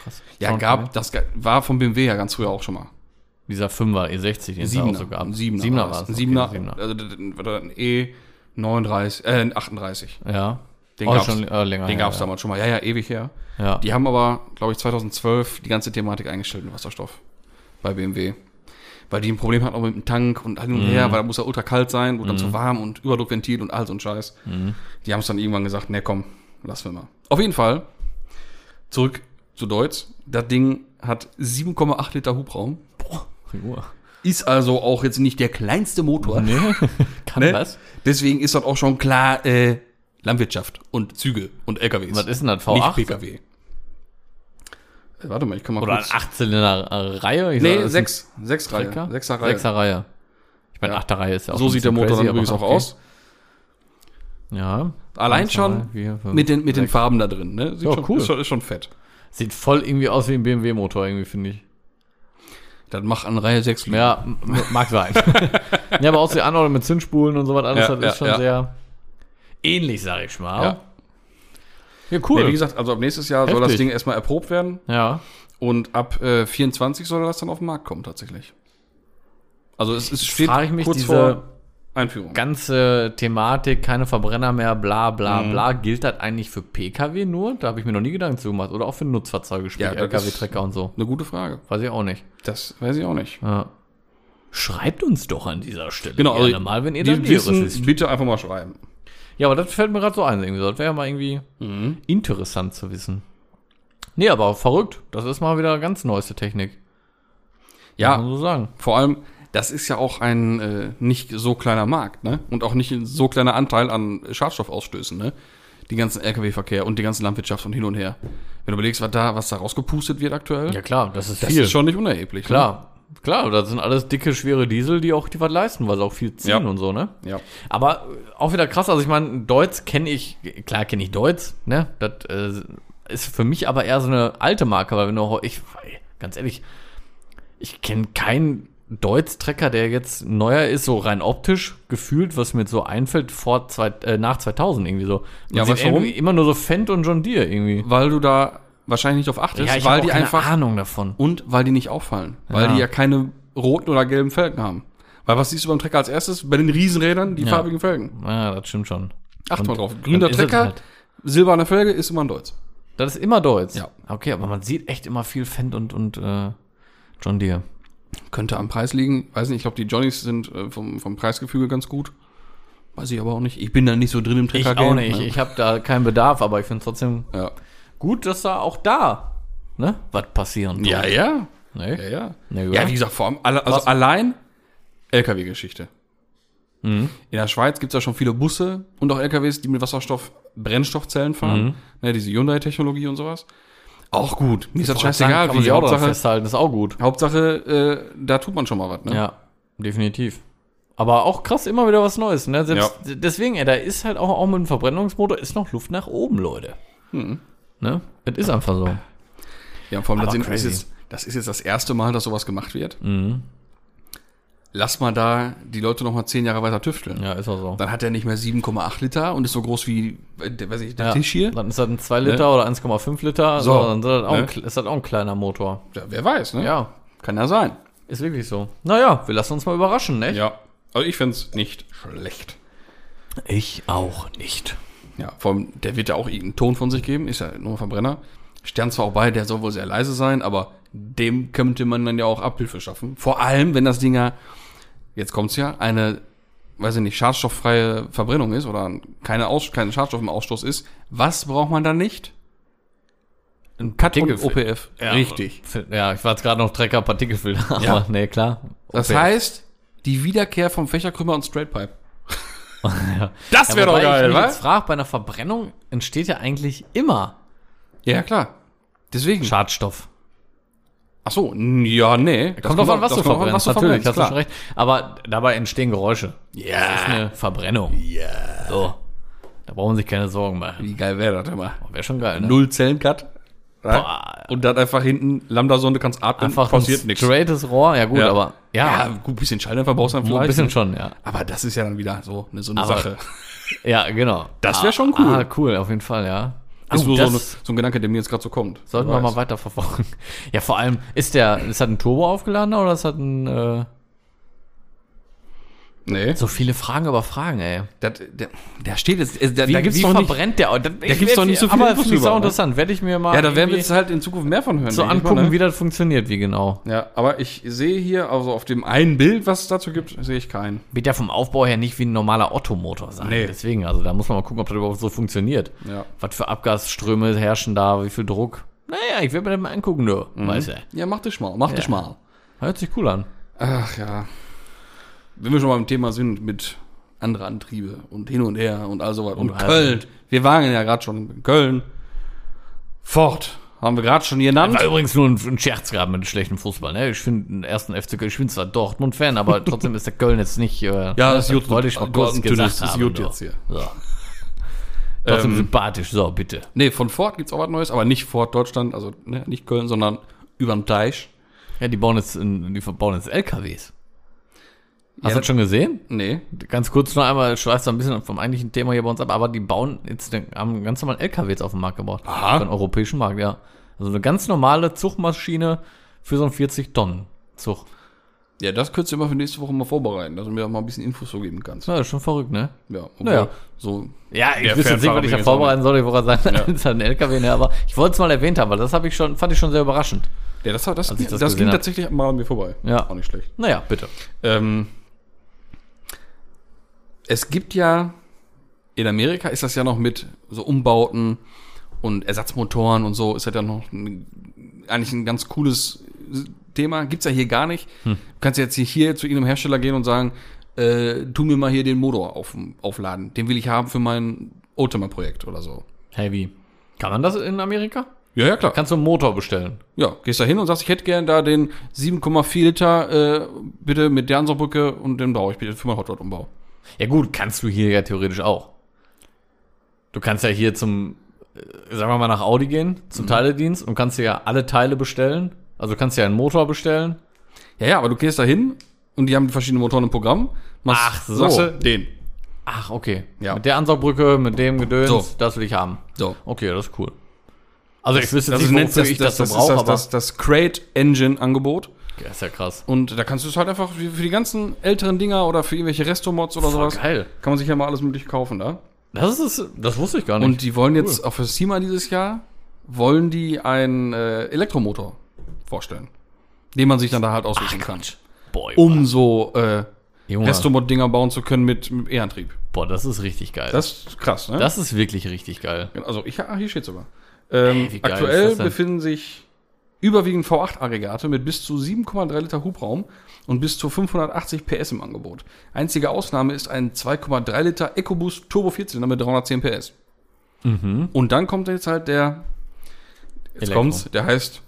Krass.
Ja, gab, das ga- war vom BMW ja ganz früher auch schon mal.
Dieser 5er, E60, den es da auch so gab.
Ein Siebener,
Siebener
war's.
war es.
Ein
okay,
Siebener,
Siebener.
also d- d- oder ein E39, äh, 38.
Ja.
Den
Auch
gab's-
schon äh, länger.
Den
her,
gab es
ja.
damals schon mal. Ja, ja, ewig her.
Ja.
Die haben aber, glaube ich, 2012 die ganze Thematik eingestellt mit Wasserstoff bei BMW. Weil die ein Problem hatten auch mit dem Tank und hin und her, weil da muss er ultra kalt sein und dann zu warm und Überdruckventil und all so ein Scheiß. Die haben es dann irgendwann gesagt, ne komm, lassen wir mal. Auf jeden Fall, zurück zu Deutz. Das Ding hat 7,8 Liter Hubraum.
Uhr.
Ist also auch jetzt nicht der kleinste Motor.
Nee. Kann
Ne?
das?
Deswegen ist das auch schon klar äh, Landwirtschaft und Züge und LKWs.
Was ist denn das?
Nicht
V8?
PKW. Äh, warte mal, ich kann mal
Oder eine
kurz.
8-Zylinder-Reihe? Ich sag,
Nee,
das ist
sechs. Sechs
ein
Reihe.
Trecker.
Sechser Reihe.
Sechser-Reihe. Ich meine,
Ja.
8er Reihe ist ja auch
so
ein
sieht der
bisschen
Motor
crazy,
dann übrigens
aber
auch
okay.
aus.
Ja.
Allein
Eins,
schon
zwei, vier, fünf,
mit den, mit den
sechs.
Farben da drin. Ne? Sieht
Ja,
schon,
cool.
ist, schon, ist schon fett.
Sieht voll irgendwie aus wie ein BMW-Motor, irgendwie, finde ich.
Dann mach an Reihe 6
Ja, m- mag sein. ja, aber auch die Anordnung mit Zündspulen und so was alles,
Ja,
das ist schon
ja, ja.
sehr ähnlich, sag ich mal.
Ja.
ja
Cool.
cool.
Nee, wie gesagt, also ab nächstes Jahr soll das
Heftig.
Ding erstmal erprobt werden
ja.
und ab äh, 24 soll das dann auf den Markt kommen tatsächlich. Also es, es steht
frage ich mich,
kurz
diese,
vor. Einführung.
ganze Thematik, keine Verbrenner mehr, bla bla
Mhm.
bla, gilt das eigentlich für Pkw nur? Da habe ich mir noch nie Gedanken zu gemacht. Oder auch für Nutzfahrzeuge, sprich
Ja, das
Lkw-Trecker und so.
Eine gute Frage.
Weiß ich auch nicht.
Das weiß ich auch nicht.
Ja. Schreibt uns doch an dieser Stelle
Genau,
gerne
also
mal, wenn ihr da
Die
Näheres
wissen,
wisst.
bitte einfach mal schreiben.
Ja, aber das fällt mir gerade so ein. Irgendwie. Das wäre ja mal irgendwie interessant zu wissen. Nee, aber verrückt. Das ist mal wieder ganz neueste Technik.
Ja,
Kann man so sagen.
vor allem, das ist ja auch ein äh, nicht so kleiner Markt, ne? Und auch nicht so kleiner Anteil an Schadstoffausstößen, ne? Die ganzen Lkw-Verkehr und die ganze Landwirtschaft und hin und her. Wenn du überlegst, was da, was da rausgepustet wird aktuell,
Ja klar, ne? das ist
das
viel.
ist schon nicht unerheblich. ne?
klar, klar, das sind alles dicke, schwere Diesel, die auch die was leisten, weil sie auch viel ziehen
Ja.
und so, ne?
Ne? Ja.
Aber äh, auch wieder krass, also ich meine, Deutz kenne ich, klar kenne ich Deutz, ne? Das äh, ist für mich aber eher so eine alte Marke, weil wenn du, heu- ich, ey, ganz ehrlich, ich kenne keinen Deutz-Trecker, der jetzt neuer ist, so rein optisch gefühlt, was mir jetzt so einfällt, vor zwei, äh, nach 2000 irgendwie so. Man
Ja,
sieht
weißt du warum?
irgendwie Immer nur so Fendt und John Deere irgendwie.
Weil du da wahrscheinlich nicht auf achtest,
ich
weil
habe
die einfach
Ahnung davon.
und weil die nicht auffallen, weil
Ja.
die ja keine roten oder gelben Felgen haben. Weil was siehst du beim Trecker als erstes? Bei den Riesenrädern die farbigen Felgen.
Ja, das stimmt schon.
Acht mal drauf.
Grüner
Grüner Trecker,
Halt.
silberne Felge ist immer ein Deutsch.
Das ist immer Deutz.
Ja.
Okay, aber man sieht echt immer viel Fendt und, und äh, John Deere.
Könnte am Preis liegen. Weiß nicht, ich glaube, die Johnnies sind äh, vom, vom Preisgefüge ganz gut. Weiß ich aber auch nicht. Ich bin da nicht so drin im
Ich
Trecker.
auch nicht. Ich habe da keinen Bedarf, aber ich finde trotzdem
Ja.
gut, dass da auch da ne, was passieren Ne?
ja, ja.
Nee?
Ja, ja.
Na gut.
ja, wie gesagt, vor allem, alle, also
Was?
allein LKW-Geschichte.
Mhm.
In der Schweiz gibt es ja schon viele Busse und auch LKWs, die mit Wasserstoff Brennstoffzellen fahren.
Mhm.
Ne, diese Hyundai-Technologie und sowas. Auch gut. Mir ist das scheißegal,
kann man
wie
sich auch daran
Hauptsache,
festhalten, ist auch gut.
Hauptsache äh, da tut man schon mal was. Ne?
Ja, definitiv. Aber auch krass, immer wieder was Neues. Ne? Selbst, Deswegen, ey, da ist halt auch, auch mit dem Verbrennungsmotor ist noch Luft nach oben, Leute.
Hm.
Ne? Das ist einfach so.
Ja, vor allem, das,
Aber
sind, das,
crazy. Mhm.
ist jetzt, das ist jetzt das erste Mal, dass sowas gemacht wird. Lass mal da die Leute noch mal zehn Jahre weiter tüfteln.
Ja, ist auch so.
Dann hat er nicht mehr 7,8 Liter und ist so groß wie, äh, der, weiß ich, der
ja.
Tisch hier. Ne?
Dann ist das ein 2 Liter oder 1,5 Liter.
So.
So, dann ist das, auch ein,
Ne?
kle- ist das auch ein kleiner Motor.
Ja, wer weiß, ne?
Ja,
Kann ja sein.
ist wirklich so. Naja, wir lassen uns mal überraschen, ne?
Ja. Also ich find's nicht schlecht.
Ich auch nicht.
Ja, vor allem, der wird ja auch irgendeinen Ton von sich geben, ist ja nur ein Verbrenner. Stern zwar auch bei, der soll wohl sehr leise sein, aber dem könnte man dann ja auch Abhilfe schaffen. Vor allem, wenn das Ding ja, jetzt kommt's ja, eine, weiß ich nicht, schadstofffreie Verbrennung ist oder keine Aus kein Schadstoff im Ausstoß ist. Was braucht man dann nicht?
Ein
Cut und
Partikelfil-
OPF.
Ja,
Richtig.
Fil- Ja, ich war jetzt gerade noch Trecker Partikelfilter. Aber
Ja.
nee, klar.
Das
Okay.
heißt, die Wiederkehr vom Fächerkrümmer und Straightpipe. Das
Ja,
wär
wobei ich mich
wa?
jetzt frag, bei einer Verbrennung entsteht ja eigentlich immer
Ja, klar. Deswegen.
Schadstoff.
Ach so, n- ja, nee. Das
Kommt drauf an, was du
das kommt drauf
verbrennst.
was du verbrennst,
hast du schon
klar.
recht. Aber dabei entstehen Geräusche. Das ist
Ja.
eine Verbrennung. Ja. So. Da brauchen sich keine Sorgen machen.
Wie geil wäre das immer?
Wäre schon geil, ne?
Null Zellen-Cut.
Boah.
Und dann einfach hinten Lambda-Sonde kannst atmen,
Einfach
passiert
ein
nichts.
straites Rohr. Ja gut,
Ja.
aber
Ja,
ja,
gut, bisschen Schalldämpfer brauchst du dann vielleicht.
ein bisschen schon, ja.
Aber das ist ja dann wieder so eine, so eine
Aber-
Sache.
Ja, genau.
Das wär schon cool.
Ah, cool, auf jeden Fall, ja.
Ist
Oh,
nur so,
das
eine, so ein Gedanke, der mir jetzt gerade so kommt.
sollten
Wer
wir
weiß.
mal weiterverfolgen. Ja, vor allem, ist der, ist das ein Turbo aufgeladener oder ist das ein, äh,
Nee,
so viele Fragen über Fragen, ey.
das, der, der steht jetzt. äh, Der,
Wie,
da gibt's
wie
doch nicht,
verbrennt der? Da, da
gibt's doch nicht so viele
Aber
Infos
finde ich
drüber,
auch
ne?
interessant. Werde ich mir mal
ja, da werden wir jetzt
irgendwie
halt in Zukunft mehr von hören.
so
denke ich mal,
angucken,
ne?
wie das funktioniert, wie genau.
Ja, aber ich sehe hier, also auf dem einen Bild, was es dazu gibt, sehe ich keinen.
Wird ja vom Aufbau her nicht wie ein normaler Ottomotor sein.
Nee.
Deswegen, also da muss man mal gucken, ob das überhaupt so funktioniert.
Ja.
Was für Abgasströme herrschen da, wie viel Druck. Naja, ich werde mir das mal angucken, du. Weißt du.
Ja, mach dich mal, mach dich mal.
Hört sich cool an.
Ach ja. Wenn wir schon mal im Thema sind mit andere Antriebe und hin und her und all sowas. Und,
Reisen.
Köln. Wir waren ja gerade schon in Köln. Ford haben wir gerade schon genannt.
War übrigens nur ein, ein Scherz gerade mit schlechtem Fußball. Ne? Ich finde den ersten FC Köln, ich bin zwar Dortmund-Fan, aber trotzdem ist der Köln jetzt nicht. Äh, ja, wollte ich mal kurz gesagt
ist
haben.
gut
du.
jetzt hier. Ähm.
So. Trotzdem sympathisch, so bitte.
Nee, von Ford gibt's auch was Neues, aber nicht Ford Deutschland, also ne, nicht Köln, sondern überm Teich.
Ja, die bauen jetzt, in, die bauen jetzt LKWs. Hast
Ja,
du das schon gesehen?
Nee.
Ganz kurz noch einmal, schweißt da ein bisschen vom eigentlichen Thema hier bei uns ab, aber die bauen jetzt, den- haben einen ganz normalen LKW jetzt auf den Markt gebaut.
Aha.
Für den europäischen Markt, ja. Also eine ganz normale Zugmaschine für so einen 40-Tonnen-Zug.
Ja, das könntest du immer für nächste Woche mal vorbereiten, dass du mir auch mal ein bisschen Infos so geben kannst.
Ja, das ist schon verrückt, ne?
Ja, obwohl,
Naja.
so.
Ja, ich
Der
wüsste jetzt nicht, was
Fernfahrer
ich da
wegen
vorbereiten soll. Ich wollte gerade sagen,
Ja.
da ist halt ein LKW näher, aber ich wollte es mal erwähnt haben, weil das habe ich schon, fand ich schon sehr überraschend.
Ja, das, hat- das,
Als ich
das,
das
ging
gesehen hab.
tatsächlich mal an mir vorbei.
Ja.
Auch nicht schlecht.
Naja, bitte.
Ähm, es gibt ja, in Amerika ist das ja noch mit so Umbauten und Ersatzmotoren und so, ist das ja noch ein, eigentlich ein ganz cooles Thema. Gibt's ja hier gar nicht. Du kannst jetzt hier, hier zu irgendeinem Hersteller gehen und sagen, äh, tu mir mal hier den Motor auf, aufladen. Den will ich haben für mein Oldtimer-Projekt oder so.
Hey, wie? Kann man das in Amerika?
Ja, ja, klar.
Kannst du einen Motor bestellen?
Ja, gehst da hin und sagst, ich hätte gern da den 7,4 Liter, äh, bitte mit der Ansaugbrücke und den brauche ich bitte für meinen Hotdog-Umbau.
Ja gut, kannst du hier ja theoretisch auch. Du kannst ja hier zum, äh, sagen wir mal, nach Audi gehen, zum
Mhm.
Teiledienst und kannst dir ja alle Teile bestellen. Also du kannst ja einen Motor bestellen.
Ja, ja, aber du gehst da hin und die haben verschiedene Motoren im Programm. Machst,
Ach so.
sagst du, den.
Ach, okay.
Ja.
Mit der Ansaugbrücke, mit dem Gedöns,
So.
das will ich haben.
So.
Okay, das ist cool. Also ich wüsste
Das
jetzt
ist
nicht,
nennt-
wofür
das,
ich
das,
das,
das,
so
ist
brauche,
das,
aber
das, das Crate Engine Angebot.
Ja, ist ja krass.
Und da kannst du es halt einfach für, für die ganzen älteren Dinger oder für irgendwelche Restomods oder
Voll
sowas.
geil.
Kann man sich ja mal alles mögliche kaufen da.
Das ist das wusste ich gar nicht.
Und die wollen jetzt auf der SEMA dieses Jahr, wollen die einen äh, Elektromotor vorstellen. Den man sich dann da halt auswählen kann.
boy,
Um so äh,
Junge,
Restomod-Dinger bauen zu können mit, mit E-Antrieb.
boah, das ist richtig geil. Das,
Das ist krass, ne?
ist wirklich richtig geil.
Also ich, ah, hier steht sogar. Ähm,
Ey, wie geil ist
aktuell
das denn?
befinden sich überwiegend V8-Aggregate mit bis zu 7,3 Liter Hubraum und bis zu 580 PS im Angebot. Einzige Ausnahme ist ein 2,3 Liter EcoBoost Turbo Vierzylinder mit 310 PS. Und dann kommt jetzt halt der, jetzt
Mhm. Elektro.
kommt's, der heißt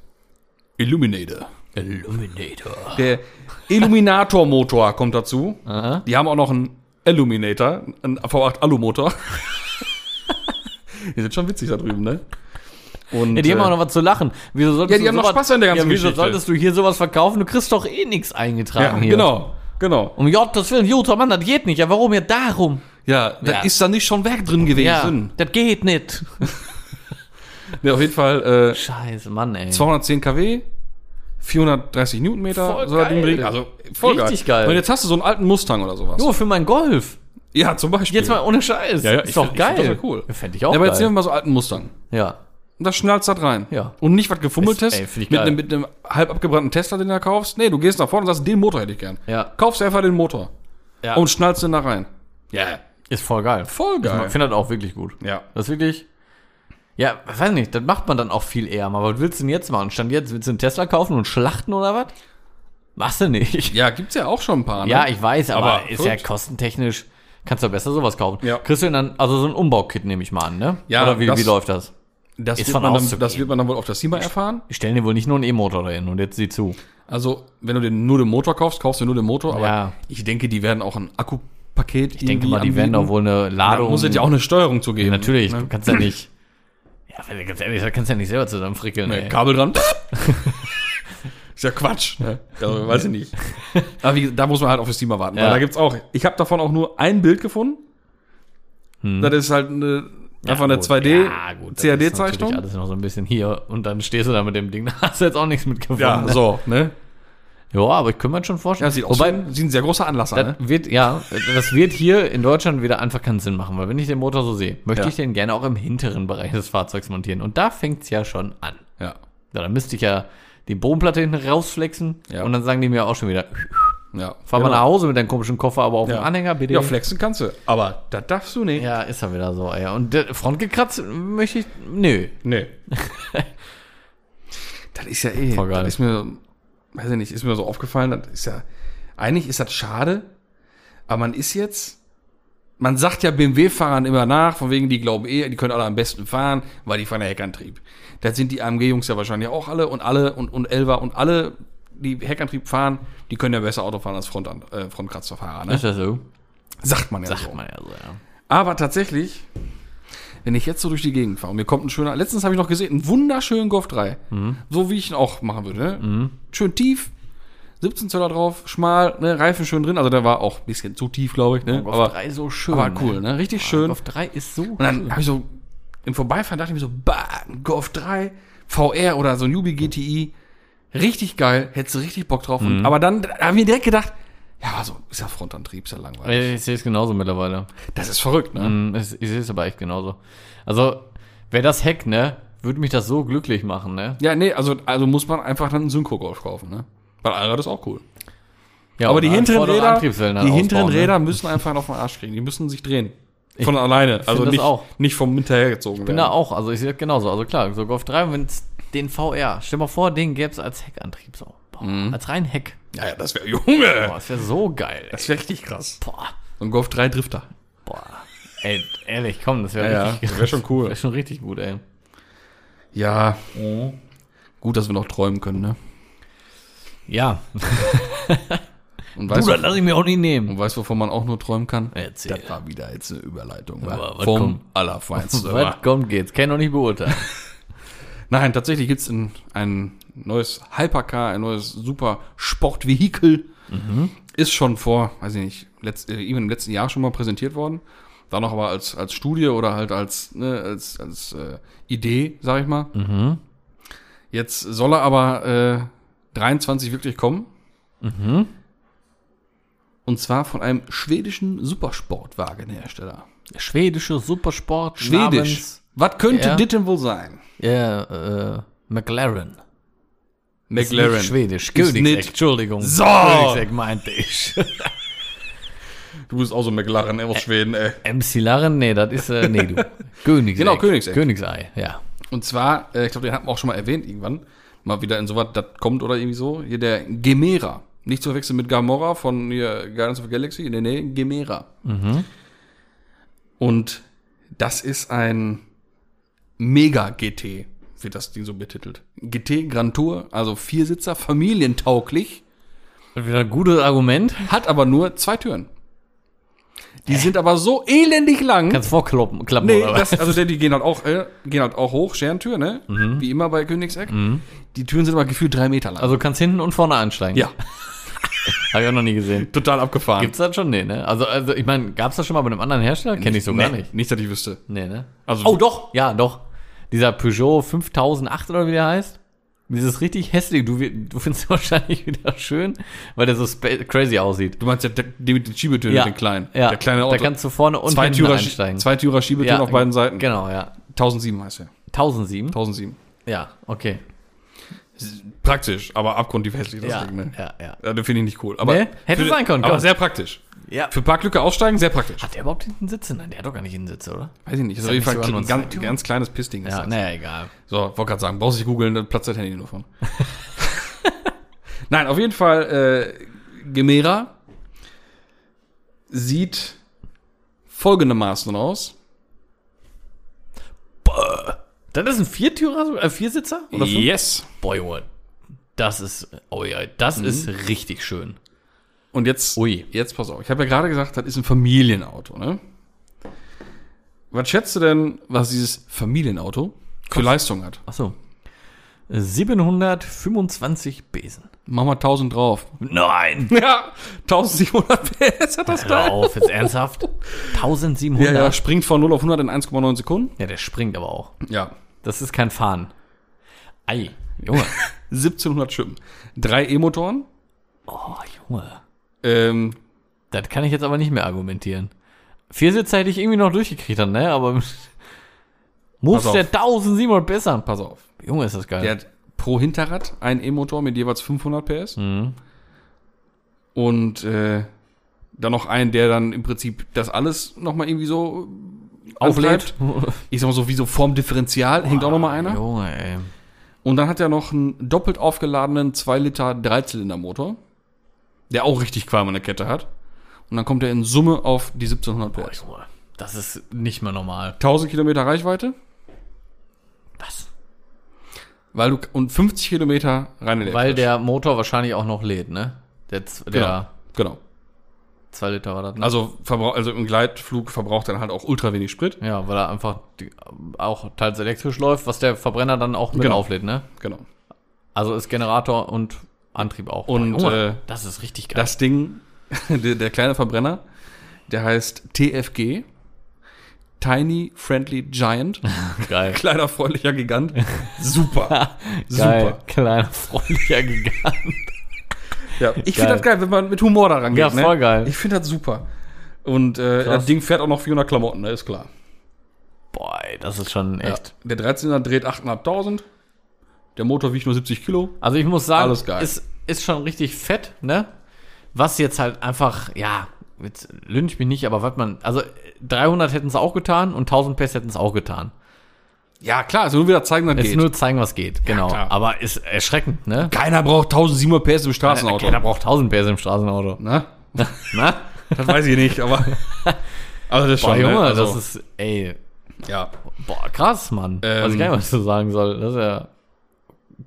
Illuminator.
Illuminator.
Der Illuminator-Motor kommt dazu.
Aha.
Die haben auch noch einen Illuminator, einen V8 Alumotor. die sind schon witzig da drüben, ne? Und,
Ja, die haben
äh,
auch noch was zu lachen. Wieso solltest
Ja, die
du
haben noch
sowas-
Spaß an der ganzen
ja, wieso
Geschichte.
solltest du hier sowas verkaufen? Du kriegst doch eh nichts eingetragen
ja,
hier.
Genau, genau.
Um Gottes Willen, guter Mann, das geht nicht. Ja, warum ja darum?
Ja, da
Ja.
ist da nicht schon Werk drin
Ja,
gewesen.
das geht nicht.
Ja, auf jeden Fall äh,
Scheiße, Mann, ey.
210 kW, 430 Newtonmeter.
Voll
soll das Ding
geil.
bringen. Also voll
Richtig geil.
Und jetzt hast du so einen alten Mustang oder sowas.
Nur für meinen Golf.
Ja, zum Beispiel.
Jetzt mal ohne Scheiß.
Ja, ja, ich
ist doch
find- ich
geil.
find das ja cool.
Fände ich auch
ja, aber jetzt nehmen wir
geil.
mal so einen alten Mustang.
Ja.
Und da schnallst du das rein.
Ja.
Und nicht was gefummeltes
Ist- ey, find ich
mit,
geil.
einem, mit einem halb abgebrannten Tesla, den du da kaufst. Nee, du gehst nach vorne und sagst, den Motor hätte ich gern.
Ja.
Kaufst einfach den Motor.
ja.
und schnallst den da rein. Ja.
ist voll geil.
Voll geil.
Ich finde das auch wirklich gut.
Ja.
Das ist wirklich. Ja, weiß nicht, das macht man dann auch viel eher mal. Was willst du denn jetzt machen? Stand jetzt, willst du einen Tesla kaufen und schlachten oder was? Machst du nicht.
Ja, gibt's ja auch schon ein paar. Ne?
Ja, ich weiß, aber,
Aber
ist
gut.
ja kostentechnisch. Kannst du besser sowas kaufen.
Ja.
Kriegst du denn dann, also so ein Umbau-Kit nehme ich mal an, ne?
Ja,
Oder wie,
das-
wie läuft das?
das,
ist
wird
von
man dann,
auszugehen.
das wird man dann wohl auf der SEMA erfahren.
Die stellen dir wohl nicht nur einen E-Motor dahin und jetzt sieh zu.
Also, wenn du den, nur den Motor kaufst, kaufst du nur den Motor. Aber
Ja.
ich denke, die werden auch ein Akkupaket.
Ich denke mal, die werden doch wohl eine
Da
Ladung.
muss es ja auch eine Steuerung zu geben.
Natürlich,
Ne?
du kannst ja nicht. Ja, weil ganz ehrlich, das kannst du ja nicht selber zusammenfrickeln.
Ne,
ey.
Kabel dran. ist ja Quatsch. Ne? Also, weiß ich nicht. Aber wie, gesagt, da muss man halt auf das Thema warten.
Ja.
Weil da gibt's auch. Ich habe davon auch nur ein Bild gefunden. Das ist halt eine, einfach eine
Hm. gut.
2D
Ja, gut, das ist natürlich
CAD-Zeichnung.
Alles noch so ein bisschen hier und dann stehst du da mit dem Ding, da hast du jetzt auch nichts mitgefunden.
Ja, so, ne?
Ja, aber ich könnte mir das schon vorstellen.
Ja, sieht aus
Wobei,
wie ein- sieht ein sehr großer Anlasser, ne?
das wird, ja, das wird hier in Deutschland wieder einfach keinen Sinn machen, weil wenn ich den Motor so sehe, möchte
Ja.
ich den gerne auch im hinteren Bereich des Fahrzeugs montieren. Und da fängt's ja schon an.
Ja.
Ja, dann müsste ich ja die Bodenplatte hinten rausflexen
Ja.
und dann sagen die mir auch schon wieder,
ja. Genau.
fahr mal nach Hause mit deinem komischen Koffer, aber auf dem Anhänger bitte.
Ja, flexen kannst du. Aber das darfst du nicht.
Ja, ist ja wieder so, ey. Und der Front gekratzt möchte ich, nö.
Nee. das ist ja eh.
Voll geil.
Das ist mir, weiß ich nicht, ist mir so aufgefallen. Das ist ja, eigentlich ist das schade. Aber man ist jetzt, man sagt ja BMW-Fahrern immer nach, von wegen, die glauben eh, die können alle am besten fahren, weil die fahren ja Heckantrieb. Das sind die AMG-Jungs ja wahrscheinlich auch alle und alle und, und Elva und alle, die Heckantrieb fahren, die können ja besser Auto fahren als Front, äh, Frontkratzerfahrer. Ne?
Ist das so?
Sagt man ja so.
Sagt man ja so, ja.
Aber tatsächlich, wenn ich jetzt so durch die Gegend fahre und mir kommt ein schöner, letztens habe ich noch gesehen, einen wunderschönen Golf 3. So wie ich ihn auch machen würde. Ne? Schön tief, 17 Zöller drauf, schmal, ne? Reifen schön drin. Also der war auch ein bisschen zu tief, glaube ich. Ne?
Golf
aber
3 so schön.
aber cool, ne? richtig schön.
Golf 3 ist so
Und dann habe ich so im Vorbeifahren dachte ich mir so, bah, ein Golf 3, VR oder so ein Yubi GTI. Richtig geil, hättest du richtig Bock drauf. Und, aber dann da haben wir direkt gedacht, ja, so ist ja Frontantrieb, ist ja langweilig.
Ich, ich sehe es genauso mittlerweile.
Das ist verrückt, ne?
Mm, es- Ich sehe es aber echt genauso. Also, wäre das Hack, ne, würde mich das so glücklich machen, ne?
Ja, nee, also, also muss man einfach dann einen Synchro-Golf kaufen, ne? Weil Allrad ist auch cool.
Ja,
Aber
und
die hinteren
Anforder- und
Räder,
Antriebswellen halt
die hinteren
ausbauen, ne?
Räder müssen einfach auf den Arsch kriegen. Die müssen sich drehen. Von alleine. Also
das
nicht,
auch.
nicht vom Hinterher gezogen
bin
werden.
da auch, also ich sehe das genauso. Also klar, so Golf 3, wenn es den VR, stell mal vor, den gäbe es als Heckantrieb so. Boah,
Mhm.
Als rein Heck.
Ja, ja, das wäre, Junge!
Boah, das wäre so geil. Ey.
Das wäre richtig krass.
Boah,
So ein Golf 3 Drifter.
boah. Ey, ehrlich, komm, das wäre
Ja, ja,
richtig
das wär schon cool.
Wäre schon richtig gut, ey.
Ja. Gut, dass wir noch träumen können, ne?
Ja,
Und
du,
weißt,
das lasse ich mir auch nicht
und
nehmen.
weißt wovon man auch nur träumen kann?
Erzähl.
Das war wieder jetzt eine Überleitung.
Aber
wa?
was
Vom
kommt?
Allerfeinsten. wa?
Was kommt, geht's. Kann ich noch nicht beurteilen.
Nein, tatsächlich gibt's ein, ein neues Hypercar, ein neues super Sportvehikel.
Mhm.
Ist schon vor, weiß ich nicht, letzt, äh, eben im letzten Jahr schon mal präsentiert worden. Da noch aber als, als Studie oder halt als, ne, als, als äh, Idee, sag ich mal.
Mhm.
Jetzt soll er aber äh, 23 wirklich kommen.
Mhm.
Und zwar von einem schwedischen Supersportwagenhersteller.
Schwedische Supersport.
Schwedisch.
namens-
Was könnte
Ja.
dit denn wohl sein?
Ja, äh, McLaren.
McLaren.
Nicht Schwedisch.
Ist
Königseck,
nicht.
Entschuldigung.
So.
Königseck meinte ich.
Du bist auch so ein McLaren ey, aus Schweden, ey.
MC Larren, nee, das ist, äh, nee, du. Königseck.
Genau, Königseck.
Königsei, ja.
Und zwar, äh, ich glaube, den hatten wir auch schon mal erwähnt irgendwann. Mal wieder in sowas, das kommt oder irgendwie so. Hier der Gemera. Nicht zu verwechseln mit Gamora von hier Guardians of the Galaxy. Nee, nee, Gemera. Und das ist ein Mega-GT, wird das Ding so betitelt. GT Grand Tour, also Viersitzer, familientauglich,
Wieder ein gutes Argument.
hat aber nur zwei Türen. Die sind aber so elendig lang.
Kannst vorklappen, klappen,
Nee,
oder was?
das, also die- die gehen halt auch, äh, gehen halt auch hoch, Scherentür, ne? Wie immer bei Königseck. Die Türen sind aber gefühlt drei Meter lang.
Also kannst hinten und vorne einsteigen.
ja,
Habe ich auch noch nie gesehen.
total abgefahren.
Gibt's das schon? Nee, ne? Also, also ich meine, gab's das schon mal bei einem anderen Hersteller? Kenne ich so gar nicht.
Nicht, dass ich wüsste.
Nee, ne?
Also-
oh, doch. Ja, doch. Dieser Peugeot 5008 oder wie der heißt. Dieses richtig hässlich. Du, wi- du findest ihn wahrscheinlich wieder schön, weil der so spa- crazy aussieht.
Du meinst ja der, die mit den Schiebetüren, den kleinen.
Ja.
Der kleine
Da
Auto.
kannst du vorne und
zwei
hinten
Türer,
einsteigen.
zwei Türer Schiebetüren auf beiden Seiten.
Genau, ja.
1007 heißt der.
1007.
1007.
Ja, okay.
Praktisch, aber abgrundtief hässlich das
Ja,
Ding, ne?
ja, ja.
Ja, den finde ich nicht cool. Aber
Nee, hätte
für-
sein können,
Aber
komm.
sehr praktisch.
Ja.
Für Parklücke aussteigen, sehr praktisch.
Hat der überhaupt hinten Sitze? Nein, der hat doch gar nicht hinten Sitze, oder?
Weiß ich nicht.
Ist
Das ist auf
ja
jeden Fall
nicht sogar nur
ein
ein
ganz,
Zweitürer?
ganz kleines Pissding. ist
Ja,
das.
naja, egal.
So, wollte gerade sagen, brauchst nicht googeln, dann platzt das Handy nur von. Nein, auf jeden Fall, äh, Gemera sieht folgendermaßen aus.
Dann ist ein Viertürer, so- äh, Viersitzer? Oder fünf?
Yes.
Boah, Junge. Das ist, oh ja, das
Mhm.
ist richtig schön.
Und jetzt,
Ui.
jetzt pass auf. Ich habe ja gerade gesagt, das ist ein Familienauto, ne? Was schätzt du denn, was dieses Familienauto für Leistung hat?
Achso. 725 Besen.
Mach mal 1000 drauf.
Nein!
Ja, 1700 PS hat das
Hör
da.
auf, jetzt ernsthaft? 1700?
Ja, ja, springt von 0 auf 100 in 1,9 Sekunden.
Ja, der springt aber auch.
Ja,
Das ist kein Fahren. Ei, Junge.
1700 Schippen. Drei E-Motoren.
Oh, Junge.
Ähm,
Das kann ich jetzt aber nicht mehr argumentieren. Viersitzer hätte ich irgendwie noch durchgekriegt dann, ne? Aber muss
auf.
der 1700 bessern?
pass auf.
Junge, ist das geil.
Der hat pro Hinterrad einen E-Motor mit jeweils 500 PS.
Mhm.
Und äh, dann noch einen, der dann im Prinzip das alles nochmal irgendwie so
Auflädt. Ah,
Ich sag mal so, wie so vorm Differential hängt auch nochmal einer.
Junge, ey.
Und dann hat er noch einen doppelt aufgeladenen 2 Liter Dreizylindermotor, der auch richtig Qualm an der Kette hat. Und dann kommt er in Summe auf die 1700
Boah,
PS.
Junge. Das ist nicht mehr normal.
1000 Kilometer Reichweite,
Was?
weil du und 50 Kilometer rein elektrisch.
Weil der Motor wahrscheinlich auch noch lädt, ne? Der, z-
genau,
der
genau.
2 Liter war das, ne?
Also, verbrauch, also im Gleitflug verbraucht dann halt auch ultra wenig Sprit.
ja, weil er einfach die, auch teils elektrisch läuft, was der Verbrenner dann auch mit
Genau.
auflädt, ne?
Genau.
Also ist Generator und Antrieb auch.
Und,
Boah, Junge,
äh,
das ist richtig geil.
Das Ding, der, der kleine Verbrenner, der heißt TFG Tiny Friendly Giant.
Geil.
Kleiner freundlicher Gigant. Super.
Geil.
Super.
Kleiner, freundlicher Gigant.
Ja. Ich
Geil.
finde das geil, wenn man mit Humor da rangeht. ne?
Ja, voll geil.
Ich finde das super. Und äh, das Ding fährt auch noch 400 Klamotten, ne, ist klar.
Boah, ey, das ist schon echt.
Der 13er dreht 8.500. Der Motor wiegt nur 70 Kilo.
Also ich muss sagen,
Alles geil.
Ist, ist schon richtig fett, ne? Was jetzt halt einfach, ja, jetzt lünch mich nicht, aber was man, also 300 hätten es auch getan und 1000 PS hätten es auch getan.
Ja, klar, also nur wieder zeigen, dann
Jetzt
geht.
nur zeigen, was geht, genau.
klar.
aber ist erschreckend, ne?
Keiner braucht 1700 PS im Straßenauto.
Keiner braucht 1000 PS im Straßenauto.
ne?
Na?
Das weiß ich nicht, aber. Also das ist
Boah,
schon.
Junge,
ne? also,
das ist, ey,
Ja.
boah, krass, Mann. Weiß ich
Ähm.
gar nicht, was ich so sagen soll. Das ist ja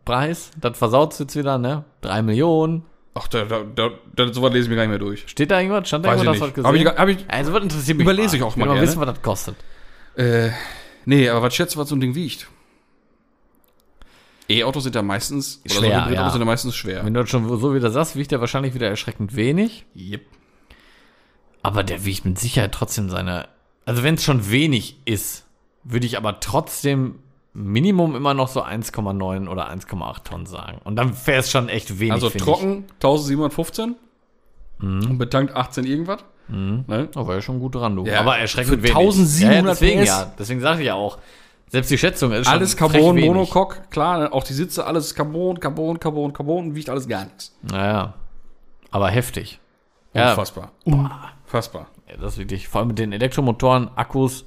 Preis, das versaut's jetzt wieder, ne? 3 Millionen.
Ach, da, da, da, da, sowas lese ich mir gar nicht mehr durch.
Steht da irgendwas? Stand da
Weiß ich
irgendwas?
nicht.
Hast du
Hab ich,
gesehen?
hab ich,
also, was interessiert mich
Überlese ich auch mal
Ich will mal
gerne.
wissen, was das kostet.
äh, nee, aber was schätzt du, was so ein Ding wiegt? E-Autos sind ja meistens, oder
Schwer,
so Hybridautos
ja.
sind ja meistens schwer.
Wenn du das schon so wieder sagst, wiegt er wahrscheinlich wieder erschreckend wenig.
Yep.
Aber der wiegt mit Sicherheit trotzdem seine. Also, wenn es schon wenig ist, würde ich aber trotzdem Minimum immer noch so 1,9 oder 1,8 Tonnen sagen. Und dann wäre es schon echt wenig.
Also
find
trocken 1715 und betankt 18 irgendwas. Ne?
Ich. Da war ja Mhm. schon gut dran, du.
Ja,
aber erschreckend
für
wenig.
1700
ja, deswegen,
PS.
ja. Deswegen sage ich ja auch. Selbst die Schätzung ist
Alles
schon frech
Carbon,
wenig.
Monocoque, klar, ne? auch die Sitze, alles Carbon, Carbon, Carbon, Carbon, wiegt alles gar nichts.
Naja. Aber heftig. Ja.
Unfassbar. Unfassbar.
Ja, das ist wirklich, vor allem mit den Elektromotoren, Akkus,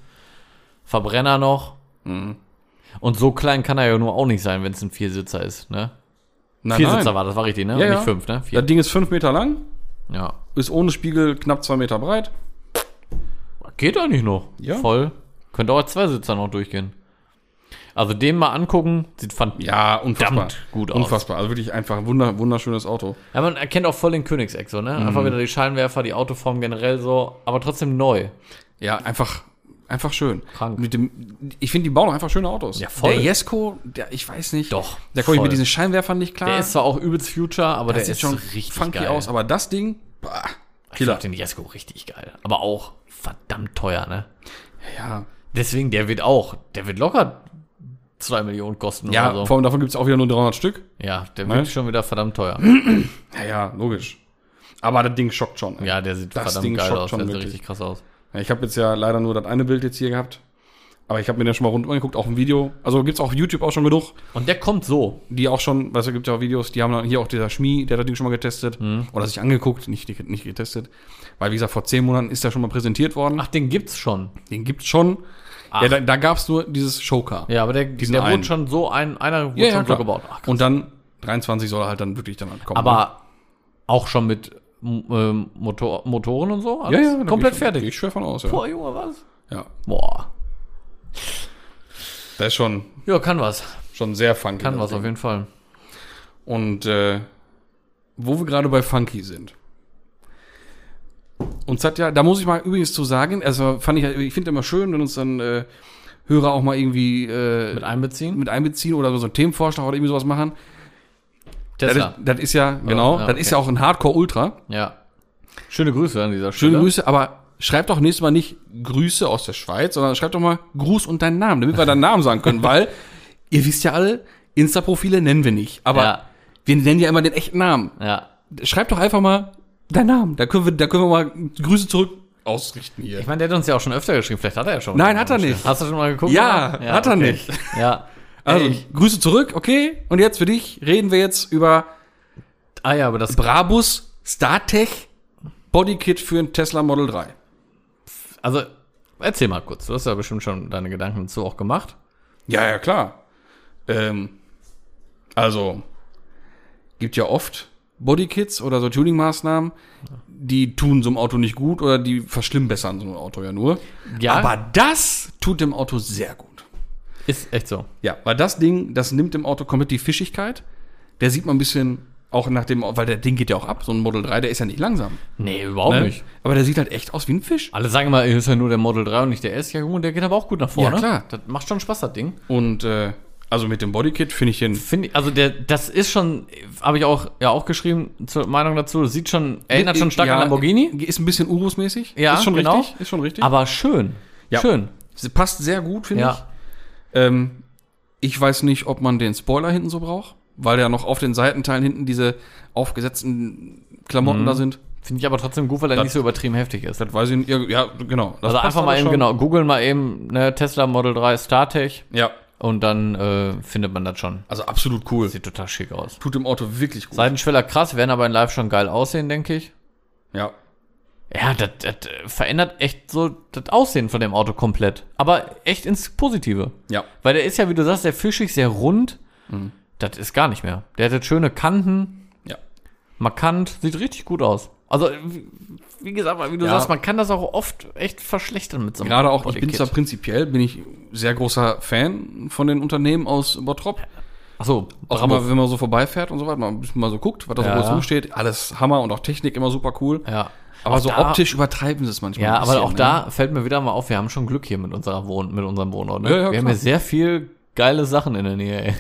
Verbrenner noch.
Mhm.
Und so klein kann er ja nur auch nicht sein, wenn es ein Viersitzer ist, ne?
Ah, Nein,
Viersitzer war das, war richtig, ne?
Ja,
nicht
ja.
fünf, ne? Vier.
Das Ding ist 5 Meter lang,
Ja.
ist ohne Spiegel knapp 2 Meter breit.
Geht eigentlich noch.
Ja.
Voll. Könnte auch als Zweisitzer noch durchgehen. Also den mal angucken, sieht fand.
Ja, unfassbar.
Verdammt gut aus.
Unfassbar. Also wirklich einfach ein wunder, wunderschönes Auto.
Ja, man erkennt auch voll den Königseck so, ne?
Mhm.
Einfach wieder die Scheinwerfer, die Autoform generell so, aber trotzdem neu.
Ja, einfach, einfach schön.
Krank.
Mit dem, ich finde, die bauen auch einfach schöne Autos.
Ja, voll.
Der Jesko, der, ich weiß nicht.
Doch,
Da komme ich
voll.
mit diesen Scheinwerfern nicht klar.
Der ist zwar auch übelst Future, aber
Ah. das
der ist
sieht schon
richtig
funky
geil.
aus, aber das Ding, bah,
ich
Killer.
finde den Jesko richtig geil. Aber auch verdammt teuer, ne?
Ja,
Deswegen, der wird auch, der wird locker 2 Millionen kosten
ja
oder so.
vor allem davon gibt es auch wieder nur 300 Stück.
ja, der
Ne?
wird schon wieder verdammt teuer.
Ja, ja, logisch. Aber das Ding schockt schon. ey.
Ja, der sieht
Das
verdammt
Ding
geil
schockt
aus.
schon
Der sieht
wirklich.
richtig krass aus.
Ja, Ich habe jetzt ja leider nur das eine Bild jetzt hier gehabt. Aber ich habe mir den schon mal rund angeguckt, auch ein Video. Also gibt's auch auf YouTube auch schon genug,
Und der kommt so.
die auch schon, weißt du, gibt ja auch Videos, die haben dann hier auch dieser Schmi, der hat das Ding schon mal getestet.
Mhm.
Oder sich angeguckt, nicht, nicht getestet. Weil, wie gesagt, vor zehn Monaten ist der schon mal präsentiert worden.
Ach, den gibt's schon.
Den gibt's schon. Ja, da, da gab's nur dieses Showcar.
Ja, aber der,
Diesen
der
einen.
wurde schon so, ein, einer wurde
ja,
schon
ja
so
klar.
gebaut. Ach, krass.
Und dann 23 soll er halt dann wirklich dann halt kommen. ne?
aber auch schon mit m- ähm, Motor, Motoren und so?
ja,
alles?
ja, genau, da
Komplett
geh ich,
fertig.
Geh ich schwer von aus, ja.
Boah, Junge, was?
ja.
Boah.
Das ist schon,
Ja, kann was.
schon sehr funky.
Kann
das
was
Ding.
auf jeden Fall.
Und äh, wo wir gerade bei Funky sind. Uns hat ja, da muss ich mal übrigens zu sagen, also fand ich, ja- ich finde immer schön, wenn uns dann äh, Hörer auch mal irgendwie äh,
Mit
mit,
einbeziehen?
einbeziehen oder so einen Themenvorschlag oder irgendwie sowas machen. Das,
Tesla.
das ist ja, genau,
ja,
das
okay.
ist ja auch ein Hardcore-Ultra.
Ja. Schöne Grüße an dieser Stelle.
Schöne Grüße, aber schreibt doch nächstes Mal nicht Grüße aus der Schweiz, sondern schreibt doch mal Gruß und deinen Namen, damit wir deinen Namen sagen können, weil ihr wisst ja alle, Insta-Profile nennen wir nicht, aber
Ja.
wir nennen ja immer den echten Namen.
Ja.
schreib doch einfach mal deinen Namen. Da können wir, da können wir mal Grüße zurück ausrichten hier.
Ich meine, der hat uns ja auch schon öfter geschrieben. Vielleicht hat er ja schon.
Nein, hat er nicht.
Hast du schon mal geguckt?
Ja,
oder?
hat er nicht.
Ja.
Also,
Ey.
Grüße zurück, okay? Und jetzt für dich reden wir jetzt über
Ah ja, aber das
Brabus StarTech Bodykit für ein Tesla Model 3.
also erzähl mal kurz. Du hast ja bestimmt schon deine Gedanken dazu auch gemacht.
Ja, ja, klar. Ähm, also, gibt ja oft Bodykits oder so Tuning-Maßnahmen, die tun so einem Auto nicht gut oder die verschlimmbessern so ein Auto ja nur.
Ja.
Aber das tut dem Auto sehr gut.
Ist echt so.
Ja, weil das Ding, das nimmt dem Auto komplett die Fischigkeit. Der sieht man ein bisschen auch nach dem, weil der Ding geht ja auch ab. So ein Model 3, der ist ja nicht langsam.
Nee, überhaupt
Ne?
nicht.
Aber der sieht halt echt aus wie ein Fisch.
Alle sagen immer, ist ja nur der Model 3 und nicht der S. Ja, Junge, der geht aber auch gut nach vorne.
Ja, klar.
Das macht schon Spaß, das Ding.
Und äh, also mit dem Bodykit finde ich den.
Finde ich, also der, das ist schon, habe ich auch, ja auch geschrieben, zur Meinung dazu, das sieht schon, erinnert schon stark
Äh, Ja,
an Lamborghini.
Ist ein bisschen Urus-mäßig.
Ja,
ist schon
genau.
richtig. Ist schon richtig.
Aber schön.
Ja.
Schön.
Sie passt sehr gut, finde ich.
Ja.
Ähm, ich weiß nicht, ob man den Spoiler hinten so braucht, weil ja noch auf den Seitenteilen hinten diese aufgesetzten
Mhm.
Klamotten da sind.
Finde ich aber trotzdem gut, weil er
Das-
nicht so übertrieben heftig ist.
Das weiß ich nicht. Ja, genau. Das
also
passt
einfach
aber
mal eben,
schon.
genau, googeln mal eben ne, Tesla Model 3 StarTech
Ja,
und dann äh, findet man das schon.
also absolut cool.
Sieht total schick aus.
Tut dem Auto wirklich gut.
Seitenschweller krass, werden aber in Live schon geil aussehen, denke ich.
ja.
Ja, das, das äh, verändert echt so das Aussehen von dem Auto komplett. Aber echt ins Positive.
Ja.
Weil der ist ja, wie du sagst, sehr fischig, sehr rund. Das ist gar nicht mehr. Der hat jetzt schöne Kanten,
Mhm. Ja.
markant, sieht richtig gut aus. Also, wie, wie gesagt, wie du
Ja.
sagst, man kann das auch oft echt verschlechtern mit so einem
Gerade auch, ich bin
Bodykit.
zwar prinzipiell, bin ich sehr großer Fan von den Unternehmen aus Bottrop.
Ach so,
Auch
Bravo.
immer, wenn man so vorbeifährt und so weiter, mal ein bisschen mal so guckt, was da
Ja.
so groß rumsteht. Alles Hammer und auch Technik immer super cool.
Ja.
Aber
Auch
so
da-
optisch übertreiben sie es manchmal.
Ja,
ein bisschen,
aber auch
ne?
da fällt mir wieder mal auf, wir haben schon Glück hier mit, unserer Wohn mit unserem Wohnort. Ne?
Ja, ja,
wir haben
klar. Mhm.
hier sehr viel geile Sachen in der Nähe. Ey.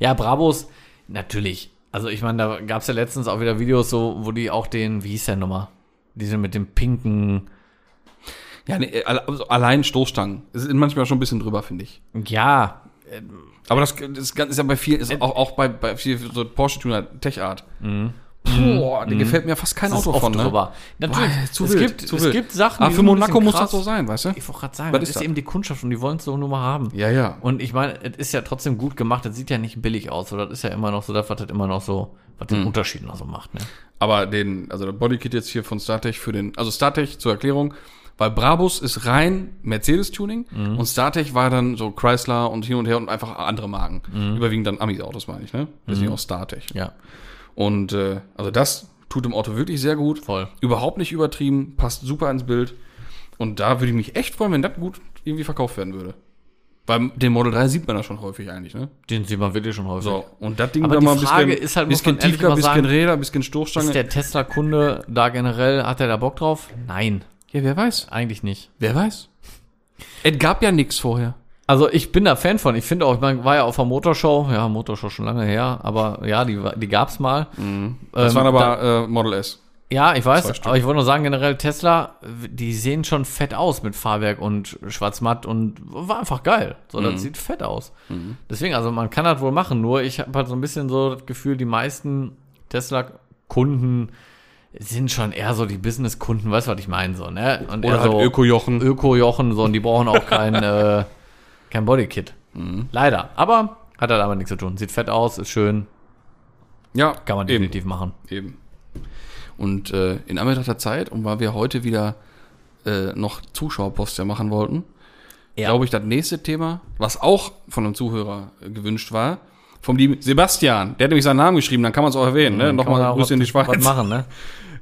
Ja, Brabos, natürlich. Also ich meine, da gab es ja letztens auch wieder Videos, so, wo die auch den, wie hieß der nochmal? Die sind mit dem pinken,
Ja, nee, alle- also allein Stoßstangen. Es Ist manchmal schon ein bisschen drüber, finde ich.
ja,
Aber das, das Ganze ist ja bei vielen,
Äh,
ist auch, auch bei, bei vielen so Porsche-Tuner, Tech-Art. Boah, der gefällt mir fast kein
das Mhm. ist
Auto
oft
von, ne?
drüber. Natürlich,
Boah, zu
es,
wild,
gibt,
zu
es
wild.
gibt Sachen,
Aber für
sind ein
Monaco
bisschen
muss das
krass.
so sein, weißt du?
Ich wollte gerade sagen,
Was
das
ist
ist
das?
eben die Kundschaft und die wollen es so nur mal haben.
Ja, ja.
Und ich meine, es ist ja trotzdem gut gemacht, es sieht ja nicht billig aus, so das ist ja immer noch so, das was das immer noch so, was
Mhm.
den Unterschied noch so macht, ne?
Aber den, also der Bodykit jetzt hier von StarTech für den, also StarTech zur Erklärung, weil Brabus ist rein Mercedes-Tuning
Mhm.
und StarTech war dann so Chrysler und hin und her und einfach andere Marken.
Mhm.
Überwiegend dann Amis-Autos, meine ich, ne? Deswegen auch StarTech.
Ja.
Und äh, also das tut dem Auto wirklich sehr gut.
Voll.
Überhaupt nicht übertrieben, passt super ins Bild. Und da würde ich mich echt freuen, wenn das gut irgendwie verkauft werden würde. Weil den Model 3 sieht man da schon häufig eigentlich, ne?
Den sieht man wirklich schon häufig.
So, und das Ding
Aber
da
die
mal ein
Frage
bisschen,
ist halt, muss
bisschen
man ehrlich
tiefer,
mal
bisschen
sagen,
Räder, bisschen
Ist
Stoßstange.
der Tesla-Kunde da generell, hat er da Bock drauf? Nein,
Ja, wer weiß.
eigentlich nicht.
Wer weiß. Es gab ja nichts vorher.
Also ich bin da Fan von. Ich finde auch, ich meine, war ja auf der Motorshow, ja, Motorshow schon lange her, aber ja, die, war- die gab's mal.
Mhm. Das
Ähm,
waren
da-
aber äh, Model S.
ja, ich
zwei
weiß,
Stück.
aber ich wollte nur sagen, generell Tesla, die sehen schon fett aus mit Fahrwerk und Schwarzmatt und war einfach geil. So,
Mhm.
das sieht fett aus. Deswegen, also man kann das wohl machen, nur ich habe halt so ein bisschen so das Gefühl, die meisten Tesla-Kunden sind schon eher so die Business-Kunden, weißt du, was ich meine, so, ne? Und
Also,
eher
halt
so
Öko-Jochen.
Öko-Jochen, so, und die brauchen auch kein, äh, kein Bodykit.
Mhm.
Leider. Aber hat halt damit nichts zu tun. Sieht fett aus, ist schön,
ja,
kann man
eben.
definitiv machen.
eben. Und äh, in Anbetracht der Zeit, und weil wir heute wieder äh, noch Zuschauerpost ja machen wollten,
Ja.
glaube ich, das nächste Thema, was auch von einem Zuhörer äh, gewünscht war, vom lieben Sebastian. Der hat nämlich seinen Namen geschrieben, dann kann man es auch erwähnen. ne?
Kann man da
Nochmal
auch
Grüße in die
was-
Schweiz.
Was machen, ne?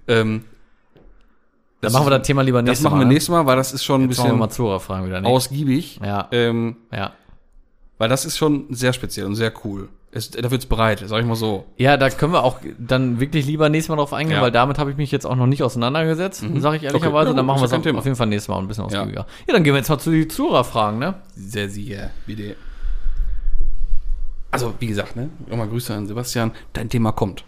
Ähm,
Dann machen wir das Thema lieber
das
nächstes
machen wir
Mal. ne?
nächstes Mal, weil das ist schon ein
Sollen wir mal
bisschen
Zora fragen wieder, ne?
ausgiebig.
Ja.
Ähm,
ja.
Weil das ist schon sehr speziell und sehr cool. Es, da wird's breit, sag ich mal so.
Ja, da können wir auch dann wirklich lieber nächstes Mal drauf eingehen,
Ja. Mhm.
weil damit habe ich mich jetzt auch noch nicht auseinandergesetzt, sage ich
Okay. Ja,
ehrlicherweise.
gut,
dann machen wir es
ist ja kein
auf,
Thema.
auf jeden Fall nächstes Mal ein bisschen ausgiebiger. Ja. dann gehen wir jetzt mal zu den Zura-Fragen, ne?
Sehr, sehr, bitte. Also, wie gesagt, ne? Nochmal Grüße an Sebastian. Dein Thema kommt.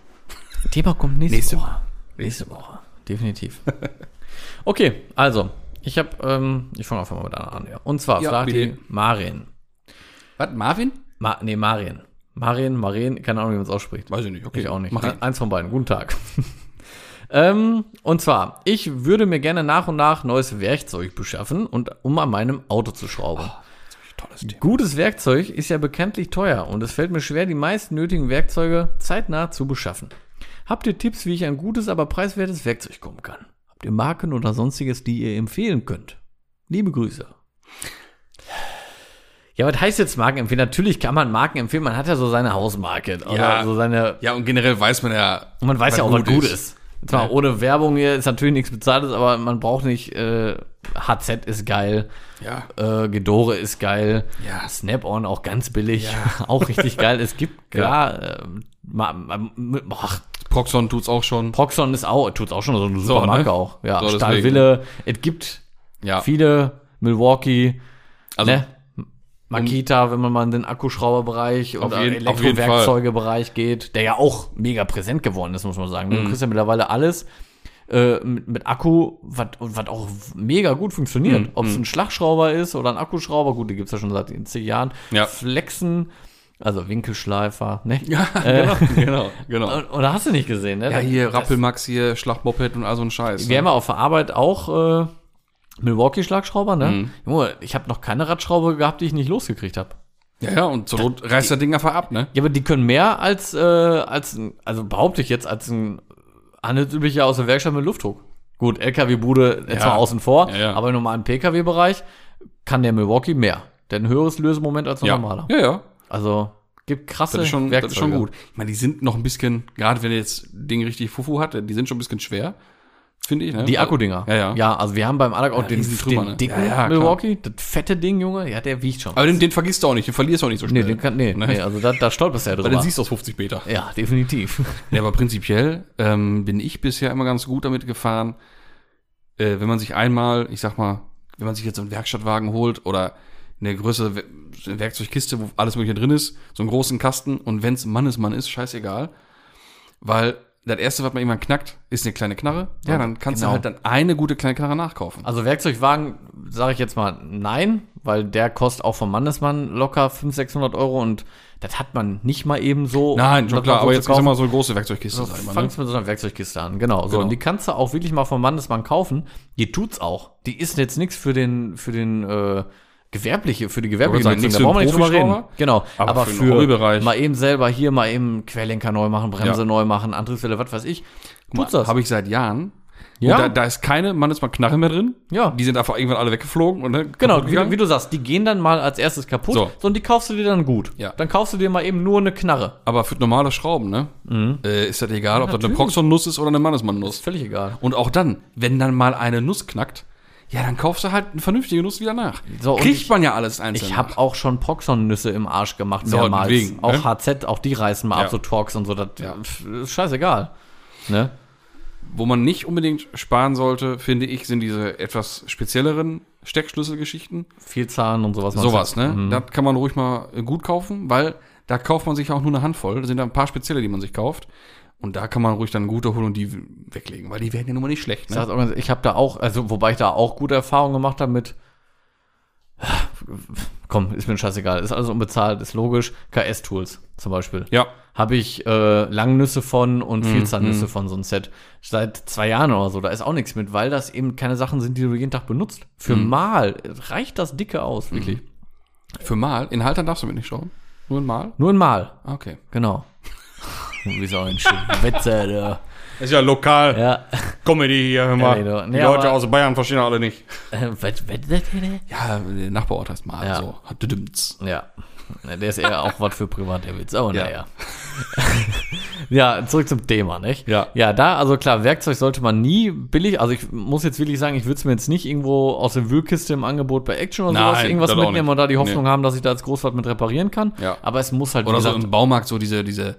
Thema kommt nächste,
Nächste
Woche. Nächste Woche. Definitiv. okay, also, ich habe, ähm, ich fange einfach mal mit einer an. Ja. Und zwar
Ja,
fragt die
bitte.
Marien.
Was, Marvin?
Ma nee, Marien. Marien, Marien, keine Ahnung, wie man es ausspricht.
Weiß ich nicht, okay.
Ich auch nicht.
Mach
E- Eins von beiden. Guten Tag. ähm, und zwar, ich würde mir gerne nach und nach neues Werkzeug beschaffen und um an meinem Auto zu schrauben.
Tolles Thema.
Gutes Werkzeug ist ja bekanntlich teuer und es fällt mir schwer, die meisten nötigen Werkzeuge zeitnah zu beschaffen. Habt ihr Tipps, wie ich an gutes, aber preiswertes Werkzeug kommen kann? Habt ihr Marken oder sonstiges, die ihr empfehlen könnt? Liebe Grüße. Ja, was heißt jetzt Marken empfehlen? Natürlich kann man Marken empfehlen, man hat ja so seine Hausmarke oder
Ja.
so seine
Ja, und generell weiß man ja.
und man weiß
was
ja auch,
gut
was gut
ist.
ist. Jetzt mal, ohne Werbung hier ist natürlich nichts Bezahltes, aber man braucht nicht, äh, HZ ist geil,
Ja.
äh, Gedore ist geil,
Ja.
Snap-on auch ganz billig, auch richtig geil. Es gibt, klar, äh, ma, ma, ma, ach,
Proxon tut's auch schon.
Proxon ist auch, tut's auch schon so eine super
ne?
Marke auch. Ja,
So, deswegen.
Stahlwille, es gibt
Ja.
viele, Milwaukee,
Also,
ne? Makita, wenn man mal in den Akkuschrauberbereich und
Auf jeden- auf jeden Fall. Mhm.
Elektrowerkzeugebereich geht, der ja auch mega präsent geworden ist, muss man sagen. Du kriegst ja mittlerweile alles, äh, mit, mit Akku, was auch mega gut funktioniert.
Mhm.
Ob es ein Schlagschrauber ist oder ein Akkuschrauber, gut, die gibt es ja schon seit 10 Jahren.
Ja.
Flexen, also Winkelschleifer, ne?
Ja, genau, genau, genau.
Und- Oder hast du nicht gesehen, ne?
Ja, hier Rappelmax, hier Schlachtmoped und all so ein Scheiß.
Wir haben
ne?
ja auf der Arbeit auch äh, Milwaukee-Schlagschrauber, ne?
Mhm.
Junge, ich habe noch keine Radschraube gehabt, die ich nicht losgekriegt habe.
ja, ja, und zur Not reißt der Ding einfach ab, ne?
Ja, aber die können mehr als, äh, als ein- also behaupte ich jetzt, als ein handelsüblicher aus der Werkstatt mit Luftdruck. Gut, LKW-Bude jetzt
Ja.
mal außen vor,
Ja, ja.
aber im normalen PKW-Bereich kann der Milwaukee mehr. Der hat ein höheres Lösemoment als ein normaler.
ja, ja.
Also gibt krasse
Das ist, schon, das ist schon
Werkzeuge.
gut. Ich meine, die sind noch ein bisschen, gerade wenn jetzt Ding richtig Fufu hat, die sind schon ein bisschen schwer, finde ich. Ne?
Die Akkudinger.
Ja, ja.
Ja, also wir haben beim Alak auch den,
riesen Trümmer,
den
ne?
dicken
Ja, ja, klar.
Milwaukee, das fette Ding, Junge, ja, der wiegt schon.
Aber den, den vergisst du auch nicht, den verlierst du auch nicht so
nee,
schnell.
den kann, nee,
Ne?
nee, also da, da stolperst du ja
Weil
drüber.
den siehst du aus 50 Meter.
ja, definitiv.
Ja, aber prinzipiell ähm, bin ich bisher immer ganz gut damit gefahren, äh, wenn man sich einmal, ich sag mal, wenn man sich jetzt so einen Werkstattwagen holt oder eine größere We- Werkzeugkiste, wo alles Mögliche drin ist, so einen großen Kasten und wenn's Mann ist, Mann ist, scheißegal. Weil das Erste, was man irgendwann knackt, ist eine kleine Knarre. Ja, dann kannst
genau.
du halt dann eine gute kleine Knarre nachkaufen.
Also Werkzeugwagen sage ich jetzt mal nein, weil der kostet auch vom Mannesmann locker 500, 600 Euro und das hat man nicht mal eben so. um
Nein, schon
das
klar,
mal
aber
so
jetzt
zu
gibt's
kaufen.
immer so eine große Werkzeugkiste.
Also
sag ich mal, ne?
fangst mit so einer Werkzeugkiste an, genau. So,
Genau.
und die kannst du auch wirklich mal vom Mannesmann kaufen. Die tut's auch. Die ist jetzt nichts für den, für den äh, gewerbliche, für die gewerbliche
Ich
Nutzung.
wollte sagen, nichts
Da
für
brauchen wir
den
nicht drüber reden.
Profischrauber,
Genau.
aber
Aber,
für den
für,
Hobbybereich.
mal eben selber hier mal eben Querlenker neu machen, Bremse
Ja.
neu machen, Antriebswelle, was weiß ich. Tut's das?
Habe ich seit Jahren.
Ja.
Und da, da ist keine Mann ist mal Knarre mehr drin.
Ja.
Die sind einfach irgendwann alle weggeflogen und ne,
Genau,
kaputt
wie,
gegangen.
du- wie du sagst, die gehen dann mal als erstes kaputt
So.
so. und die kaufst du dir dann gut.
Ja.
Dann kaufst du dir mal eben nur eine Knarre.
Aber für normale Schrauben, ne?
Mhm.
Äh, ist das egal, ob das eine Proxon-Nuss ist oder eine Mannesmann-Nuss.
Völlig egal.
Und auch dann, wenn dann mal eine Nuss knackt, ja, dann kaufst du halt eine vernünftige Nuss wieder nach.
So, und
Kriegt
ich-
man ja alles einzeln.
Ich habe auch schon Proxon-Nüsse im Arsch gemacht,
So,
mehrmals.
deswegen,
auch
ne?
HZ, auch die reißen mal
Ja.
ab, so Torx und so. Das
Ja.
pf, ist scheißegal. Ne?
Wo man nicht unbedingt sparen sollte, finde ich, sind diese etwas spezielleren Steckschlüsselgeschichten.
Viel Zahlen und sowas.
Sowas, ne?
Mhm.
Das kann man ruhig mal äh, gut kaufen, weil da kauft man sich auch nur eine Handvoll. Da sind da ein paar spezielle, die man sich kauft. Und da kann man ruhig dann gute holen und die weglegen, weil die werden ja nun mal nicht schlecht,
Ich,
ne?
sag's auch ganz- ich habe da auch, also wobei ich da auch gute Erfahrungen gemacht habe mit. Komm, ist mir scheißegal. Ist alles unbezahlt, ist logisch. KS-Tools zum Beispiel.
Ja.
habe ich äh, Langnüsse von und Vielzahnnüsse von so ein Set. Seit zwei Jahren oder so, da ist auch nichts mit, weil das eben keine Sachen sind, die du jeden Tag benutzt. Für Mal reicht das dicke aus, wirklich.
Für Mal, in Haltern darfst du mit nicht schrauben. Nur in Mal?
Nur ein Mal,
Ah, Okay.
genau. Wie so ein Wetze, der.
Ist ja lokal.
Ja,
Comedy hier, hör mal.
Ja, nee, doch.
die
Nee,
Leute
aber-
aus Bayern verstehen alle nicht.
Wetze, Wetze,
Ja, der Nachbarort heißt mal
Ja.
so. Düdümts.
Ja. Na, Der ist eher auch was für privat, der Witz, aber
Ja.
naja. ja, zurück zum Thema, nicht?
Ja.
Ja, da, also klar, Werkzeug sollte man nie billig, also ich muss jetzt wirklich sagen, ich würde es mir jetzt nicht irgendwo aus der Wühlkiste im Angebot bei Action oder
Nein,
sowas irgendwas
das auch
mitnehmen
nicht.
und da die Hoffnung haben, dass ich da als Großwart mit reparieren kann.
Ja.
Aber es muss halt,
Oder so im Baumarkt so diese, diese,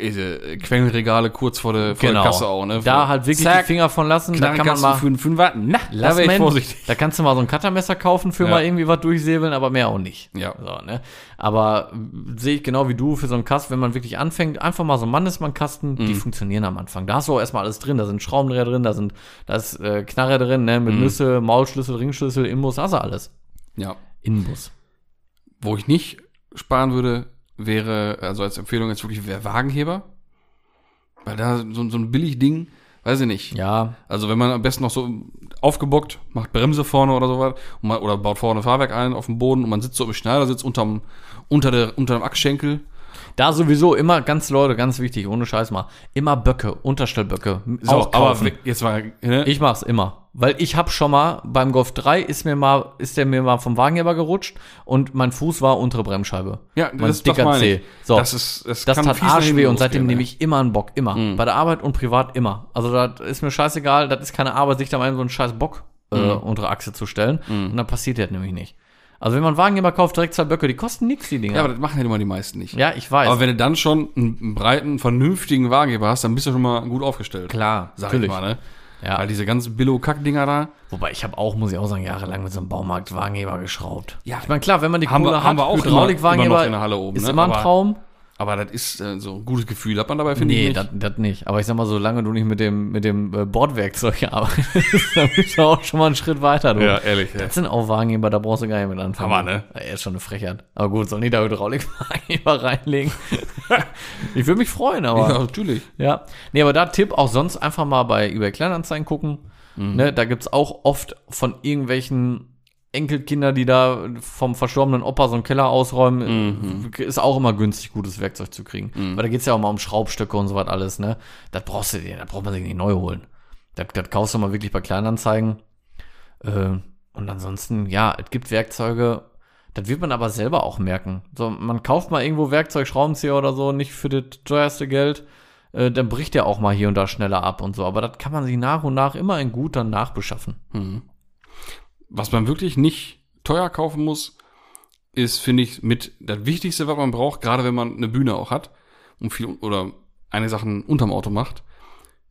diese Quengelregale kurz vor der, vor
genau,
der Kasse auch, ne?
da halt wirklich die Finger von lassen, da kann man mal,
einen Fünfer. Na, da wäre ich
Lassmann,
vorsichtig.
Da kannst du mal so ein Cuttermesser kaufen für
Ja.
mal irgendwie was durchsäbeln, aber mehr auch nicht.
Ja.
So, ne? Aber äh, sehe ich genau wie du für so einen Kasten, wenn man wirklich anfängt, einfach mal so einen Mannesmann-Kasten,
Mhm.
die funktionieren am Anfang. Da hast du auch erstmal alles drin, da sind Schraubendreher drin, da sind da ist äh, Knarre drin, ne?
Mhm.
mit Nüsse, Maulschlüssel, Ringschlüssel, Inbus, hast du alles.
Ja.
Inbus.
Wo ich nicht sparen würde, wäre, also als Empfehlung jetzt wirklich, wäre Wagenheber. Weil da so, so ein billig Ding, weiß ich nicht.
Ja,
Also wenn man am besten noch so aufgebockt, macht Bremse vorne oder sowas und man, oder baut vorne Fahrwerk ein auf dem Boden und man sitzt so im Schneidersitz unterm, unter der, unter dem Achsschenkel.
da sowieso immer ganz Leute, ganz wichtig, ohne Scheiß mal, immer Böcke, Unterstellböcke.
So, aber
kaufen.
we- jetzt mal, ne?
Ich mach's immer. Weil ich hab schon mal beim Golf 3 ist mir mal, ist der mir mal vom Wagenheber gerutscht und mein Fuß war untere Bremsscheibe. mein dicker C. So.
Das ist, das,
Das
kann
tat
fies nach hinten
Arschweh und
losgehen, Mhm.
seitdem
ey.
nehme ich immer einen Bock, immer. Bei der Arbeit und privat immer. Also das ist mir scheißegal, das ist keine Arbeit, sich da mal eben so einen scheiß Bock äh,
Mhm.
unter Achse zu stellen. Und dann passiert das nämlich nicht. Also wenn man einen Wagenheber kauft, direkt zwei Böcke, die kosten nix, die Dinger.
Ja, aber das machen ja immer die meisten nicht.
Ja, ich weiß.
Aber wenn du dann schon einen, einen breiten, vernünftigen Wagenheber hast, dann bist du schon mal gut aufgestellt.
Klar,
sag
natürlich.
ich mal, ne?
Ja.
Weil diese ganzen Billo-Kack-Dinger da,
Wobei ich habe auch, muss ich auch sagen, jahrelang mit so einem Baumarkt Wagenheber geschraubt.
Ja.
ich meine, klar, wenn man die
Haben wir-
Kohle
haben wir auch immer-
Hydraulik-Wagenheber
immer noch in der Halle oben,
ist
ne?
immer ein
Aber-
Traum.
Aber das ist äh, so ein gutes Gefühl hat man dabei, finde
Nee,
ich.
das
Nicht.
das nicht. Aber ich sag mal, solange du nicht mit dem, mit dem äh, Bordwerkzeug arbeitest, dann bist du auch schon mal einen Schritt weiter. Du.
Ja, ehrlich. Ja.
Das sind auch Wagenheber, da brauchst du gar nicht mit anfangen.
Hammer, ne?
Ja, Er ist schon eine Frechheit. Aber gut, sollen die da Hydraulikwagenheber reinlegen? ich würde mich freuen, aber.
ja, natürlich.
Ja, nee, aber da Tipp auch sonst einfach mal bei eBay Kleinanzeigen gucken. Ne, da gibt's auch oft von irgendwelchen Enkelkinder, die da vom verstorbenen Opa so einen Keller ausräumen, ist auch immer günstig, gutes Werkzeug zu kriegen. Weil da geht's ja auch mal um Schraubstöcke und so was alles, ne? Das brauchst du dir, da braucht man sich nicht neu holen. Das, das kaufst du mal wirklich bei Kleinanzeigen. Äh, und ansonsten, ja, es gibt Werkzeuge, das wird man aber selber auch merken. So, man kauft mal irgendwo Werkzeug, Schraubenzieher oder so, nicht für das teuerste Geld. Äh, dann bricht der auch mal hier und da schneller ab und so. Aber das kann man sich nach und nach immer in gut dann nachbeschaffen.
Was man wirklich nicht teuer kaufen muss, ist, finde ich, mit das Wichtigste, was man braucht, gerade wenn man eine Bühne auch hat und viel oder eine Sachen unterm Auto macht,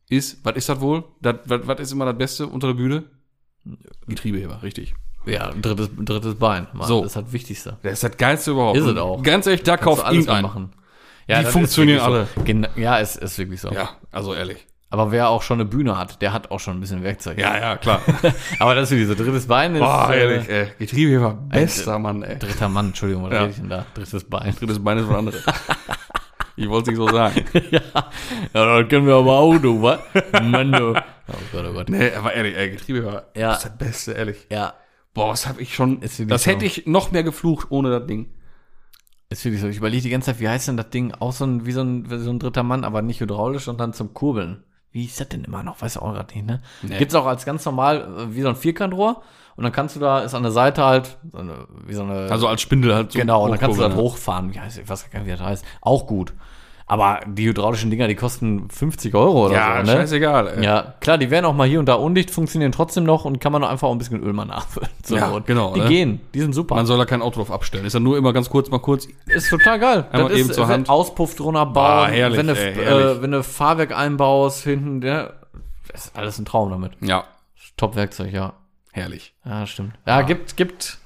ist, was ist das wohl? Das, was, was ist immer das Beste unter der Bühne? Getriebeheber, richtig.
Ja, drittes, drittes Bein. Mann,
So.
Das ist das Wichtigste.
Das ist das Geilste überhaupt.
Ist es
Und
auch.
Ganz ehrlich, da
Kannst du
kauft irgendein.
mit machen. Ja,
Die
das ist
funktionieren
wirklich So. Gena ja, es ist wirklich so.
Ja, also ehrlich.
Aber wer auch schon eine Bühne hat, der hat auch schon ein bisschen Werkzeug.
Ja, ja, klar.
Aber das ist wirklich so. Drittes Bein ist.
Boah,
äh,
ehrlich, ey. Getriebeheber, bester Mann, ey.
Dritter Mann, Entschuldigung, was
Ja.
rede ich denn da? Drittes Bein.
Drittes Bein ist was anderes. ich wollte es nicht so sagen.
Ja, das können wir aber auch, du, was? Mann, du. Oh Gott, oh Gott.
Nee, aber ehrlich, ey, Getriebeheber,
Ja.
das ist das Beste, ehrlich.
Ja,
Boah, was hab ich schon.
Ist wirklich
das
so.
hätte ich noch mehr geflucht ohne das Ding.
Ist wirklich so. Ich überlege die ganze Zeit, wie heißt denn das Ding? Auch so ein, wie so ein, wie so ein dritter Mann, aber nicht hydraulisch und dann zum Kurbeln. Wie ist das denn immer noch? Weiß ich auch gerade nicht, ne? Gibt's auch als ganz normal, äh, wie so ein Vierkantrohr. Und dann kannst du da, ist an der Seite halt, so eine, wie so eine.
Also als Spindel halt so.
genau, und dann kannst du das
hochkurbeln,
hochfahren. Wie heißt, ich weiß gar nicht, wie das heißt. Auch gut. Aber die hydraulischen Dinger, die kosten 50 Euro oder
Ja,
so, ne?
scheißegal, ey.
Ja, klar, die werden auch mal hier und da undicht, funktionieren trotzdem noch und kann man auch einfach auch ein bisschen Öl mal nachfüllen. So,
Ja,
und
genau,
Die
ne?
gehen, die sind super.
Man soll da kein Auto drauf abstellen. Ist ja nur immer ganz kurz, mal kurz.
Ist total geil.
Einmal
das
eben
ist
zur Hand.
Auspuff drunter bauen,
Ah, herrlich,
wenn, du,
ey, herrlich.
äh, wenn du Fahrwerk einbaust, hinten, der, das ist alles ein Traum damit.
Ja,
Top-Werkzeug, ja.
herrlich.
Ja, stimmt. Ja, gibt, gibt,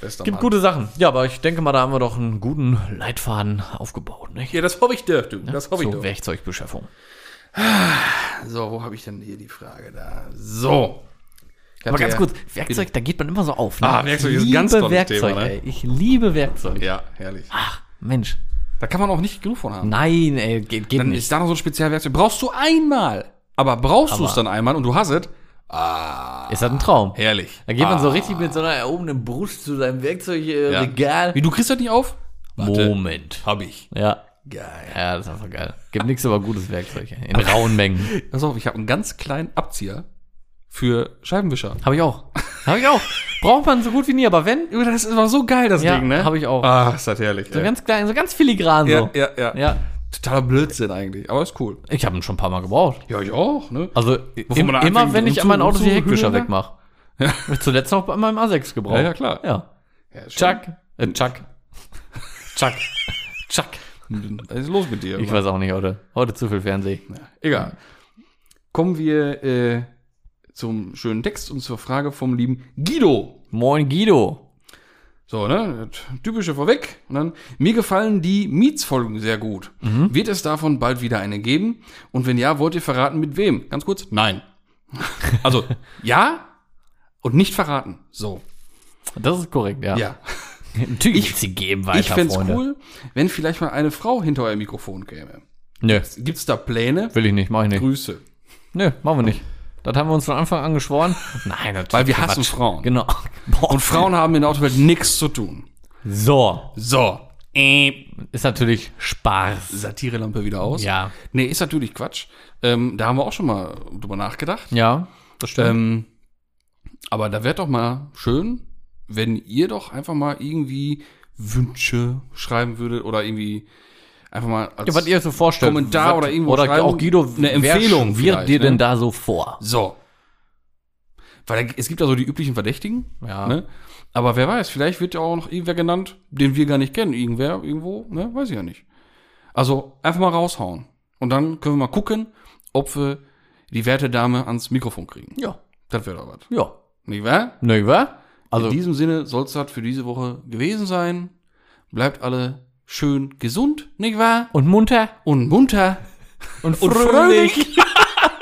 Bester
gibt gute Sachen. Ja, aber ich denke mal, da haben wir doch einen guten Leitfaden aufgebaut, nicht?
Ja, das hoffe ich doch, du. Das hoffe ich
Zur
doch.
Werkzeugbeschaffung.
So, wo habe ich denn hier die Frage da? So. Ich
Aber
hatte
ganz
ja-
kurz, Werkzeug, da geht man immer so auf. Ne?
Ah, Werkzeug
ich
ist ein
liebe
ganz tolles
Werkzeug,
Thema, ne?
ey. Ich liebe Werkzeug.
Ja, herrlich.
Mensch.
Da kann man auch nicht genug von haben.
Nein, ey, geht, geht
dann
nicht.
ist da noch so ein Spezialwerkzeug. Brauchst du einmal. Aber brauchst du es dann einmal und du hast es.
Ist das ein Traum?
Herrlich.
Da geht man so richtig mit so einer erhobenen Brust zu seinem
Ah. Ja.
Werkzeugregal.
Wie, du kriegst das nicht auf?
Moment.
Hab ich.
Ja.
Geil.
Ja, das ist einfach geil. Gibt nichts aber gutes Werkzeug. ey. In rauen Mengen.
Pass auf, ich habe einen ganz kleinen Abzieher für Scheibenwischer.
Habe ich auch. Habe ich auch. Braucht man so gut wie nie, aber wenn,
Junge, Das ist immer so geil, das
Ja,
Ding, ne?
hab ich auch.
Ah, ist das herrlich.
so
ey.
ganz klein, so ganz filigran
ja,
so.
ja, ja,
Ja.
Totaler Blödsinn eigentlich, aber ist cool.
Ich habe ihn schon ein paar Mal gebraucht.
Ja, ich auch, ne?
Also im,
man da
immer,
anfängt,
wenn ich
um
an meinem
zu-
Auto
zu
die Heckwischer
hügeln, ne?
wegmache. Hab ich Zuletzt noch bei meinem A6 gebraucht.
Ja, ja, klar.
Ja.
Ja, ist
Chuck. Äh, Chuck. Chuck. Chuck.
schon- Was ist los mit dir?
Ich weiß auch nicht heute. Heute zu viel Fernseh.
Egal. Kommen wir äh, zum schönen Text und zur Frage vom lieben Guido.
Moin Guido.
So, ne? das Typische vorweg. Und dann, mir gefallen die Mietsfolgen sehr gut. Wird es davon bald wieder eine geben? Und wenn ja, wollt ihr verraten, mit wem? Ganz kurz, nein. Also, ja und nicht verraten. So.
Das ist korrekt, ja.
Ja.
Natürlich, sie geben weiter,
ich fänd's
Freunde.
cool, wenn vielleicht mal eine Frau hinter euer Mikrofon käme.
Nö,
Gibt's da Pläne?
will ich nicht, mach ich nicht.
Grüße.
Nö, machen wir nicht. Das haben wir uns von Anfang an geschworen. Nein, natürlich.
Weil wir hassen Frauen.
Genau. Boah.
Und Frauen haben in der Autowelt nichts zu tun.
So.
So. Äh,
Ist natürlich Spaß.
Satirelampe wieder aus.
Ja.
Nee, ist natürlich Quatsch. Ähm, da haben wir auch schon mal drüber nachgedacht.
Ja, das stimmt.
Ähm, aber da wäre doch mal schön, wenn ihr doch einfach mal irgendwie Wünsche schreiben würdet oder irgendwie einfach mal als
ja, was ihr so vorstellt.
Kommentar
was,
oder irgendwo
Oder
schreiben,
auch Guido,
eine Empfehlung
wird
vielleicht,
dir
ne?
denn da so vor?
So. Weil da- es gibt ja so die üblichen Verdächtigen.
Ja.
Ne? Aber wer weiß, vielleicht wird ja auch noch irgendwer genannt, den wir gar nicht kennen. Irgendwer, irgendwo, ne? Weiß ich ja nicht. Also einfach mal raushauen. Und dann können wir mal gucken, ob wir die werte Dame ans Mikrofon kriegen.
Ja.
Das wäre doch was.
Ja.
Nicht wahr?
Nö, wa?
In
Also,
diesem Sinne soll es das für diese Woche gewesen sein. Bleibt alle schön gesund, nicht wahr?
Und munter
Und munter
und,
und fröhlich.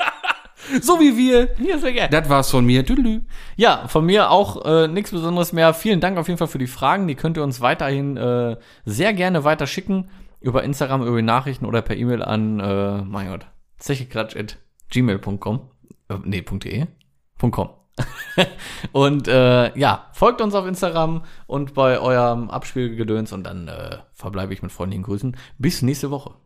so wie wir.
Ja, sehr gerne.
Das war's von mir. Tüdelü.
Ja, von mir auch äh, nichts Besonderes mehr. Vielen Dank auf jeden Fall für die Fragen. Die könnt ihr uns weiterhin äh, sehr gerne weiterschicken. Über Instagram, über die Nachrichten oder per E-Mail an, äh, mein Gott, zecheklatsch.gmail.com. Äh, nee, .de. .com. und äh, ja, folgt uns auf Instagram und bei eurem Abspielgedöns und dann äh, verbleibe ich mit freundlichen Grüßen. Bis nächste Woche.